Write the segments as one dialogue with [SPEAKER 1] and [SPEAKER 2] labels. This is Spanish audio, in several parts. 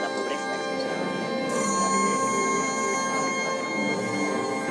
[SPEAKER 1] la pobreza.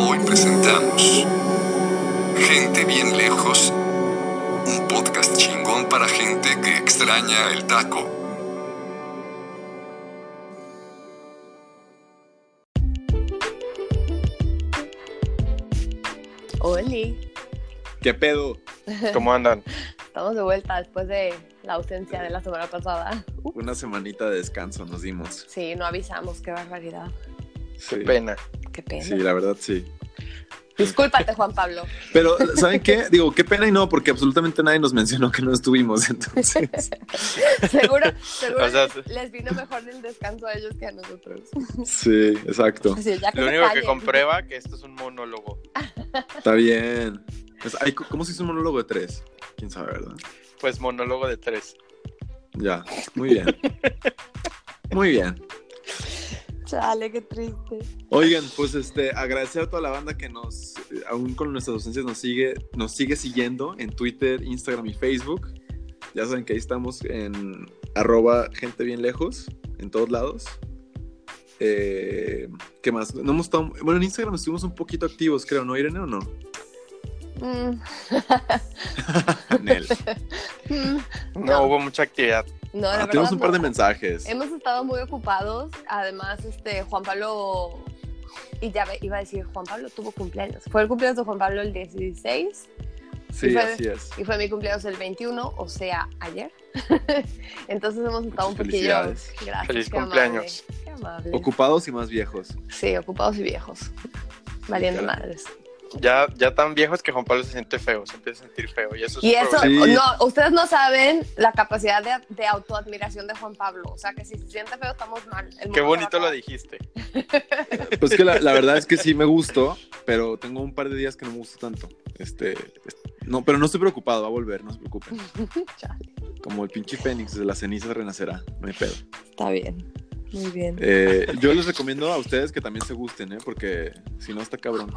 [SPEAKER 2] Hoy presentamos Gente bien lejos, un podcast chingón para gente que extraña el taco.
[SPEAKER 3] Oli,
[SPEAKER 4] ¿Qué pedo?
[SPEAKER 5] ¿Cómo andan?
[SPEAKER 3] estamos de vuelta después de la ausencia de la semana pasada.
[SPEAKER 4] Una semanita de descanso nos dimos.
[SPEAKER 3] Sí, no avisamos, qué barbaridad,
[SPEAKER 4] Sí,
[SPEAKER 5] Pena.
[SPEAKER 3] qué pena.
[SPEAKER 4] sí, la verdad sí.
[SPEAKER 3] Discúlpate, Juan Pablo.
[SPEAKER 4] Pero, ¿saben qué? Digo, qué pena y no, porque absolutamente nadie nos mencionó que no estuvimos. Entonces,
[SPEAKER 3] Seguro, seguro
[SPEAKER 5] O sea,
[SPEAKER 3] les, les vino mejor el descanso a ellos que a nosotros.
[SPEAKER 4] sí, exacto.
[SPEAKER 3] Sí, ya
[SPEAKER 5] Lo
[SPEAKER 3] se
[SPEAKER 5] único que
[SPEAKER 3] callen.
[SPEAKER 5] comprueba que esto es un monólogo.
[SPEAKER 4] Está bien. Pues, ay, ¿Cómo se hizo un monólogo de tres? Quién sabe, ¿verdad?
[SPEAKER 5] Pues monólogo de tres.
[SPEAKER 4] Ya, muy bien. Muy bien.
[SPEAKER 3] Chale, qué triste.
[SPEAKER 4] Oigan, pues este, agradecer a toda la banda que nos, eh, aún con nuestras ausencias, nos sigue, nos sigue siguiendo en Twitter, Instagram y Facebook. Ya saben que ahí estamos en arroba gente bien lejos, en todos lados. Eh, ¿Qué más? No hemos estado- bueno, en Instagram estuvimos un poquito activos, creo, ¿no, Irene o no?
[SPEAKER 3] Mm,
[SPEAKER 4] Nel.
[SPEAKER 3] mm,
[SPEAKER 5] No,
[SPEAKER 3] No.
[SPEAKER 5] hubo mucha actividad.
[SPEAKER 3] No,
[SPEAKER 4] Ah,
[SPEAKER 3] de
[SPEAKER 4] tenemos
[SPEAKER 3] verdad,
[SPEAKER 4] un par de
[SPEAKER 3] no.
[SPEAKER 4] mensajes.
[SPEAKER 3] Hemos estado muy ocupados. Además, este Juan Pablo y ya ve- iba a decir Juan Pablo tuvo cumpleaños. Fue el cumpleaños de Juan Pablo el 16
[SPEAKER 4] Sí,
[SPEAKER 3] fue-
[SPEAKER 4] así es.
[SPEAKER 3] y fue mi cumpleaños el 21, o sea, ayer. Entonces hemos estado
[SPEAKER 4] Muchas
[SPEAKER 3] un poquillo.
[SPEAKER 4] felicidades.
[SPEAKER 3] Gracias,
[SPEAKER 5] Feliz
[SPEAKER 3] qué
[SPEAKER 5] cumpleaños.
[SPEAKER 3] amable, qué amable.
[SPEAKER 4] Ocupados y más viejos.
[SPEAKER 3] sí, ocupados y viejos. Valiendo
[SPEAKER 4] Literal.
[SPEAKER 3] madres.
[SPEAKER 5] Ya, ya tan viejos que Juan Pablo se siente feo, se empieza a sentir feo. Y eso es
[SPEAKER 3] Y
[SPEAKER 5] un
[SPEAKER 3] eso,
[SPEAKER 5] problema.
[SPEAKER 4] Sí.
[SPEAKER 3] no, ustedes no saben la capacidad de, de autoadmiración de Juan Pablo. O sea, que si se siente feo, estamos mal. El mundo
[SPEAKER 5] Qué
[SPEAKER 3] se va a
[SPEAKER 5] bonito lo
[SPEAKER 3] acabar.
[SPEAKER 5] dijiste.
[SPEAKER 4] Pues que la, la verdad es que sí me gustó, pero tengo un par de días que no me gusta tanto. Este, no, pero no estoy preocupado, va a volver, no se preocupen.
[SPEAKER 3] Chale,
[SPEAKER 4] Como el pinche Fénix de las cenizas renacerá, no hay pedo.
[SPEAKER 3] Está bien. Muy bien.
[SPEAKER 4] Eh, yo les recomiendo a ustedes que también se gusten, ¿eh? porque si no está cabrón.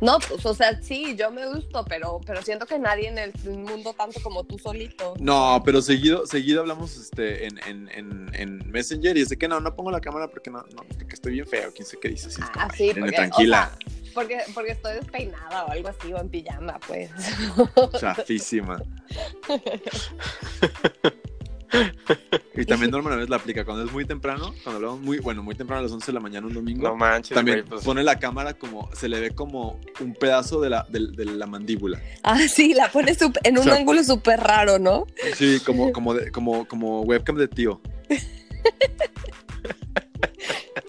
[SPEAKER 3] No, pues, o sea, sí, yo me gusto, pero, pero siento que nadie en el mundo tanto como tú solito.
[SPEAKER 4] No, pero seguido, seguido hablamos este, en, en, en, en Messenger y es de que no, no pongo la cámara porque no, no, porque estoy bien feo, quién sé qué dice. Así es como,
[SPEAKER 3] Ah,
[SPEAKER 4] "Ay,
[SPEAKER 3] sí,
[SPEAKER 4] Irene,
[SPEAKER 3] porque,
[SPEAKER 4] tranquila,
[SPEAKER 3] o sea, porque, porque estoy despeinada o algo así, o en pijama, pues.
[SPEAKER 4] chafísima. Y también Norman a veces la aplica cuando es muy temprano, cuando hablamos muy, bueno, muy temprano a las 11 de la mañana un domingo.
[SPEAKER 5] No manches,
[SPEAKER 4] También
[SPEAKER 5] güey, pues,
[SPEAKER 4] pone la cámara como, se le ve como un pedazo de la, del- de la mandíbula.
[SPEAKER 3] Ah, sí, la pones sup- en un
[SPEAKER 4] O sea,
[SPEAKER 3] ángulo súper raro, ¿no?
[SPEAKER 4] Sí, como, como, de- como, como webcam de tío.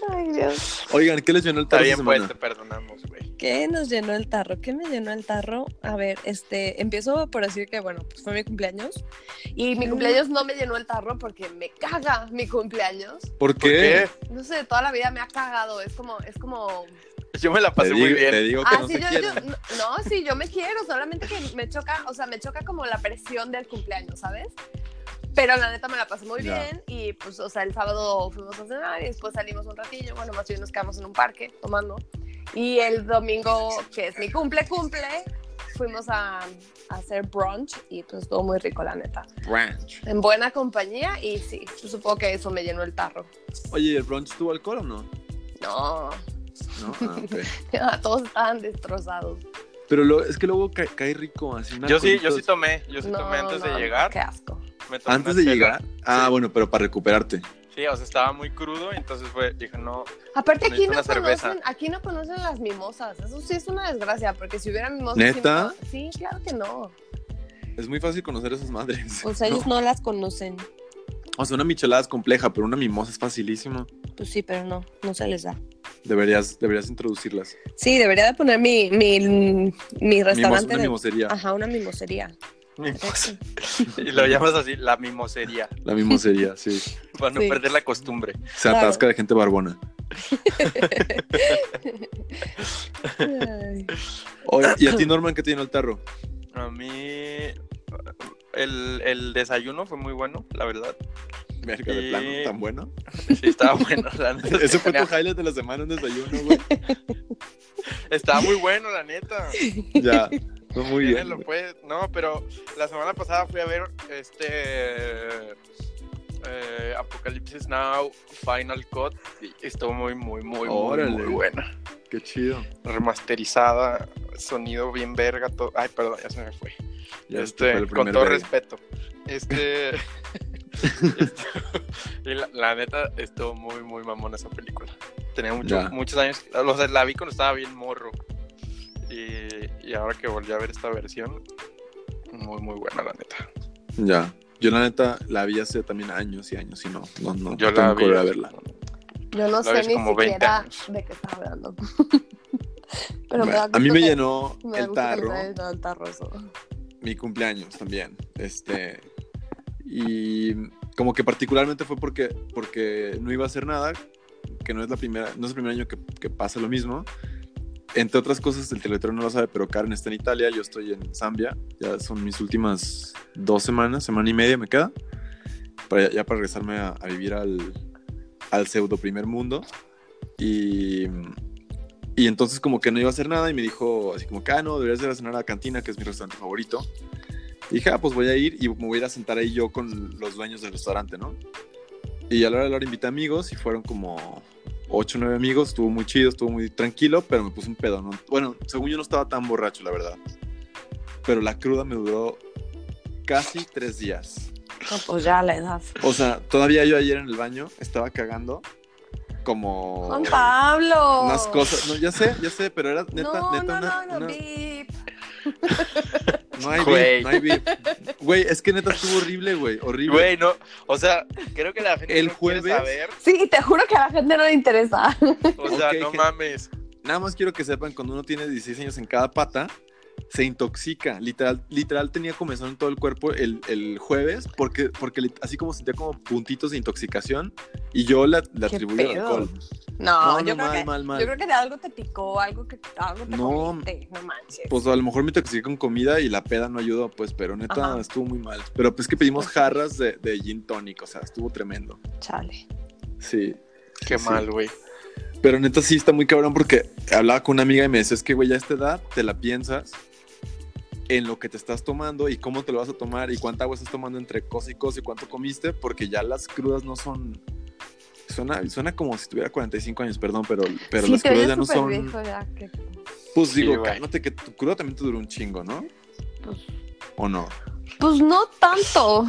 [SPEAKER 3] Ay, Dios.
[SPEAKER 4] Oigan, ¿qué les llenó el
[SPEAKER 5] Está
[SPEAKER 4] tarro esta
[SPEAKER 5] bien, pues te
[SPEAKER 4] semana?
[SPEAKER 5] perdonamos, güey.
[SPEAKER 3] ¿Qué nos llenó el tarro? ¿Qué me llenó el tarro? A ver, este, empiezo por decir que, bueno, pues fue mi cumpleaños. Y mi cumpleaños no me llenó el tarro porque me caga mi cumpleaños.
[SPEAKER 4] ¿Por
[SPEAKER 5] ¿Por qué?
[SPEAKER 4] qué?
[SPEAKER 3] No sé, toda la vida me ha cagado. Es como, es como...
[SPEAKER 5] Yo me la pasé
[SPEAKER 4] Te
[SPEAKER 5] muy
[SPEAKER 4] digo, te
[SPEAKER 5] bien.
[SPEAKER 4] digo que
[SPEAKER 3] Ah,
[SPEAKER 4] no
[SPEAKER 3] sí,
[SPEAKER 4] se
[SPEAKER 3] yo, yo-
[SPEAKER 4] quieren.
[SPEAKER 3] no, sí, yo me quiero, solamente que me choca, o sea, me choca como la presión del cumpleaños, ¿sabes? Pero la neta me la pasé muy
[SPEAKER 4] Ya.
[SPEAKER 3] bien y pues, o sea, el sábado fuimos a cenar y después salimos un ratillo, bueno, más bien nos quedamos en un parque tomando. Y el domingo, que es mi cumple, cumple, fuimos a, a hacer brunch y pues estuvo muy rico, la neta.
[SPEAKER 4] Brunch.
[SPEAKER 3] En buena compañía y sí, yo supongo que eso me llenó el tarro.
[SPEAKER 4] Oye, ¿y ¿el brunch tuvo alcohol o no?
[SPEAKER 3] No,
[SPEAKER 4] No, ah, ok.
[SPEAKER 3] todos estaban destrozados.
[SPEAKER 4] Pero lo- es que luego ca- cae rico así una
[SPEAKER 5] Yo sí, yo
[SPEAKER 4] alcoholito.
[SPEAKER 5] sí tomé, yo sí
[SPEAKER 4] Pues,
[SPEAKER 3] No,
[SPEAKER 5] tomé antes de
[SPEAKER 3] no,
[SPEAKER 5] llegar.
[SPEAKER 3] Qué asco.
[SPEAKER 5] me tomé una
[SPEAKER 4] Antes de
[SPEAKER 5] chela.
[SPEAKER 4] llegar. Ah, bueno, pero para recuperarte.
[SPEAKER 5] Sí, o sea, estaba muy crudo, entonces fue, dije, no,
[SPEAKER 3] Aparte aquí
[SPEAKER 5] Necesito
[SPEAKER 3] no,
[SPEAKER 5] una cerveza.
[SPEAKER 3] conocen, aquí no conocen las mimosas. Eso sí es una desgracia, porque si hubiera mimosas...
[SPEAKER 4] ¿Neta?
[SPEAKER 3] Sí, claro que no.
[SPEAKER 4] Es muy fácil conocer esas madres.
[SPEAKER 6] O sea, ellos no las conocen.
[SPEAKER 4] O sea, una michelada es compleja, pero una mimosa es facilísimo.
[SPEAKER 6] Pues sí, pero no, no se les da.
[SPEAKER 4] Deberías, deberías introducirlas.
[SPEAKER 6] Sí, debería de poner mi, mi, mi
[SPEAKER 4] Mimos,
[SPEAKER 6] restaurante de...
[SPEAKER 4] una
[SPEAKER 6] Ah.
[SPEAKER 4] mimosería.
[SPEAKER 6] Ajá, una mimosería.
[SPEAKER 5] mimos. y lo llamas así, la mimosería,
[SPEAKER 4] La mimosería, sí.
[SPEAKER 5] para no
[SPEAKER 6] Sí.
[SPEAKER 5] perder la costumbre.
[SPEAKER 4] Se
[SPEAKER 6] Claro.
[SPEAKER 4] atasca de gente barbona.
[SPEAKER 6] Ay.
[SPEAKER 4] Oye, ¿Y a ti, Norman, qué tiene el tarro?
[SPEAKER 5] A mí el, el desayuno fue muy bueno, la verdad.
[SPEAKER 4] Verga, de
[SPEAKER 5] Y-
[SPEAKER 4] plano, tan bueno.
[SPEAKER 5] Sí, estaba bueno, la neta.
[SPEAKER 4] Ese fue tu
[SPEAKER 5] Tenía-
[SPEAKER 4] highlight de la semana, un desayuno, güey.
[SPEAKER 5] Estaba muy bueno, la neta.
[SPEAKER 4] Ya, no, muy bien.
[SPEAKER 5] Tírenlo,
[SPEAKER 4] güey.
[SPEAKER 5] pues. No, pero la semana pasada fui a ver este eh, Apocalipsis Now Final Cut y estuvo muy muy muy muy,
[SPEAKER 4] Órale.
[SPEAKER 5] muy buena.
[SPEAKER 4] Qué chido.
[SPEAKER 5] Remasterizada, sonido bien verga, todo. Ay, perdón, ya se me fue.
[SPEAKER 4] Ya
[SPEAKER 5] este,
[SPEAKER 4] fue el
[SPEAKER 5] con
[SPEAKER 4] primer
[SPEAKER 5] todo
[SPEAKER 4] verga.
[SPEAKER 5] respeto. Este esto- y la, la neta estuvo muy muy mamona esa película. Tenía mucho-
[SPEAKER 4] Ya.
[SPEAKER 5] muchos años, o sea, la vi cuando estaba bien morro. Y, y ahora que volví a ver esta versión, muy muy buena la neta.
[SPEAKER 4] Ya. Yo, la neta, la vi hace también años y años y no, no, no.
[SPEAKER 5] Yo
[SPEAKER 4] no
[SPEAKER 5] la
[SPEAKER 4] tengo
[SPEAKER 5] vi.
[SPEAKER 4] que volver a verla.
[SPEAKER 3] Yo no
[SPEAKER 5] La
[SPEAKER 3] sé
[SPEAKER 5] ves
[SPEAKER 3] ni
[SPEAKER 5] como 20
[SPEAKER 3] siquiera
[SPEAKER 5] años.
[SPEAKER 3] de qué está hablando. Pero me
[SPEAKER 4] Bueno,
[SPEAKER 3] da
[SPEAKER 4] a mí
[SPEAKER 3] gusto que-
[SPEAKER 4] me llenó
[SPEAKER 3] me da
[SPEAKER 4] el
[SPEAKER 3] gusto que
[SPEAKER 4] tarro.
[SPEAKER 3] les haya llenado el tarro eso.
[SPEAKER 4] mi cumpleaños también. Este. Y como que particularmente fue porque, porque no iba a hacer nada, que no es, la primera, no es el primer año que, que pasa lo mismo. Entre otras cosas, el teletrón no lo sabe, pero Karen está en Italia, yo estoy en Zambia. Ya son mis últimas dos semanas, semana y media me queda. Para, ya para regresarme a, a vivir al, al pseudo primer mundo. Y, y entonces como que no iba a hacer nada y me dijo así como que, ah, no, deberías ir a cenar a la cantina, que es mi restaurante favorito. Y dije, ah, pues voy a ir y me voy a ir a sentar ahí yo con los dueños del restaurante, ¿no? Y a la hora de la hora invité amigos y fueron como ocho o 9 amigos, estuvo muy chido, estuvo muy tranquilo, pero me puse un pedo, ¿no? Bueno, según yo no estaba tan borracho, la verdad. Pero la cruda me duró casi tres días.
[SPEAKER 7] No, pues ya la edad.
[SPEAKER 4] O sea, todavía yo ayer en el baño estaba cagando como
[SPEAKER 3] Juan Pablo.
[SPEAKER 4] Oh. unas cosas. No, ya sé, ya sé, pero era neta,
[SPEAKER 3] no,
[SPEAKER 4] neta,
[SPEAKER 3] no,
[SPEAKER 4] una-
[SPEAKER 3] no, no,
[SPEAKER 4] una-
[SPEAKER 3] beep.
[SPEAKER 4] no hay
[SPEAKER 5] Güey.
[SPEAKER 4] beef, no hay beef. Güey, es que neta estuvo horrible, güey, horrible.
[SPEAKER 5] Güey, no, o sea, creo que la gente
[SPEAKER 4] El
[SPEAKER 5] no quiere
[SPEAKER 4] jueves-
[SPEAKER 5] saber,
[SPEAKER 3] Sí, te juro que a la gente no le interesa.
[SPEAKER 5] o sea,
[SPEAKER 4] Ok,
[SPEAKER 5] no
[SPEAKER 4] gente.
[SPEAKER 5] mames.
[SPEAKER 4] Nada más quiero que sepan, cuando uno tiene 16 años en cada pata, se intoxica. Literal, literal tenía comezón en todo el cuerpo el, el jueves, porque, porque lit- así como sentía como puntitos de intoxicación, y yo la, la
[SPEAKER 3] ¿Qué
[SPEAKER 4] atribuí al
[SPEAKER 3] pedo?
[SPEAKER 4] alcohol.
[SPEAKER 3] No,
[SPEAKER 4] No, no,
[SPEAKER 3] yo, creo
[SPEAKER 4] mal,
[SPEAKER 3] que,
[SPEAKER 4] mal, mal.
[SPEAKER 3] yo creo que de algo te picó, algo que algo te
[SPEAKER 4] No,
[SPEAKER 3] comiste, no manches.
[SPEAKER 4] Pues a lo mejor me intoxiqué con comida y la peda no ayudó, pues, pero neta
[SPEAKER 3] Ajá.
[SPEAKER 4] estuvo muy mal. Pero pues que pedimos jarras de, de gin tonic, o sea, estuvo tremendo.
[SPEAKER 3] Chale.
[SPEAKER 4] Sí.
[SPEAKER 5] Qué
[SPEAKER 4] Sí.
[SPEAKER 5] mal, güey.
[SPEAKER 4] Pero neta sí está muy cabrón porque hablaba con una amiga y me decía, es que güey, ya a esta edad te la piensas en lo que te estás tomando y cómo te lo vas a tomar y cuánta agua estás tomando entre cosa y cosa y cuánto comiste, porque ya las crudas no son... Suena, suena como si tuviera 45 años, perdón, pero, pero
[SPEAKER 3] sí,
[SPEAKER 4] las
[SPEAKER 3] te
[SPEAKER 4] crudas
[SPEAKER 3] oyes
[SPEAKER 4] ya no
[SPEAKER 3] súper
[SPEAKER 4] son...
[SPEAKER 3] viejo ya, que-
[SPEAKER 4] Pues
[SPEAKER 5] Sí,
[SPEAKER 4] digo,
[SPEAKER 5] güey.
[SPEAKER 4] cálmate que tu cruda también te duró un chingo, ¿no?
[SPEAKER 3] Pues-
[SPEAKER 4] ¿O no?
[SPEAKER 3] Pues no tanto.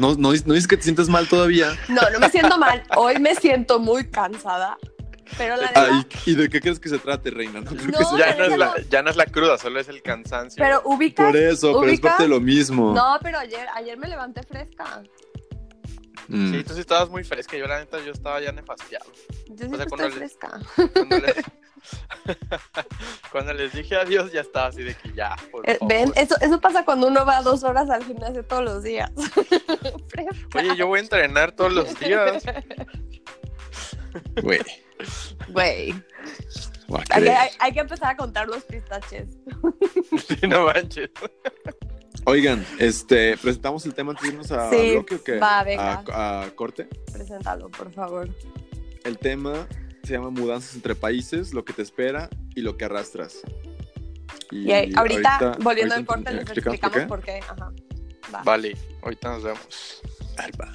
[SPEAKER 4] No, no, es- no es que te sientes mal todavía.
[SPEAKER 3] No, no me siento mal. Hoy me siento muy cansada. Pero la neta,
[SPEAKER 4] Ah, ¿y, y de qué crees que se trate, reina? No creo que
[SPEAKER 3] No,
[SPEAKER 4] sea-
[SPEAKER 5] Ya no, es
[SPEAKER 3] pero-
[SPEAKER 5] la, ya no es la cruda, solo es el cansancio.
[SPEAKER 3] pero ubicas.
[SPEAKER 4] Por eso, pero es
[SPEAKER 3] ¿Ubicas?
[SPEAKER 4] parte de lo mismo.
[SPEAKER 3] No, pero ayer, ayer me levanté fresca.
[SPEAKER 4] Mm.
[SPEAKER 5] Sí, tú sí estabas muy fresca, yo la neta yo estaba ya nefasteado.
[SPEAKER 3] Yo siempre
[SPEAKER 5] cuando
[SPEAKER 3] estoy
[SPEAKER 5] le-
[SPEAKER 3] fresca.
[SPEAKER 5] Cuando les, cuando les dije adiós ya estaba así de que ya, por
[SPEAKER 3] Eh,
[SPEAKER 5] favor.
[SPEAKER 3] Ven, eso, eso pasa cuando uno va dos horas al gimnasio todos los días. fresca.
[SPEAKER 5] Oye, yo voy a entrenar todos los días.
[SPEAKER 4] Güey,
[SPEAKER 3] Güey,
[SPEAKER 4] va a
[SPEAKER 3] hay, que-
[SPEAKER 4] creer.
[SPEAKER 3] hay- hay que empezar a contar los pistaches.
[SPEAKER 5] Sí, no manches.
[SPEAKER 4] Oigan, este, presentamos el tema antes de irnos a
[SPEAKER 3] Sí,
[SPEAKER 4] bloque o qué?
[SPEAKER 3] va, venga.
[SPEAKER 4] A, a corte.
[SPEAKER 3] Preséntalo, por favor.
[SPEAKER 4] El tema se llama mudanzas entre países, lo que te espera y lo que arrastras.
[SPEAKER 3] Y, ahí- ahorita, volviendo
[SPEAKER 4] ahorita
[SPEAKER 3] al corte, les
[SPEAKER 4] explicamos
[SPEAKER 3] explicamos por qué. Ajá. Va.
[SPEAKER 5] Vale, ahorita nos vemos.
[SPEAKER 4] Arpa.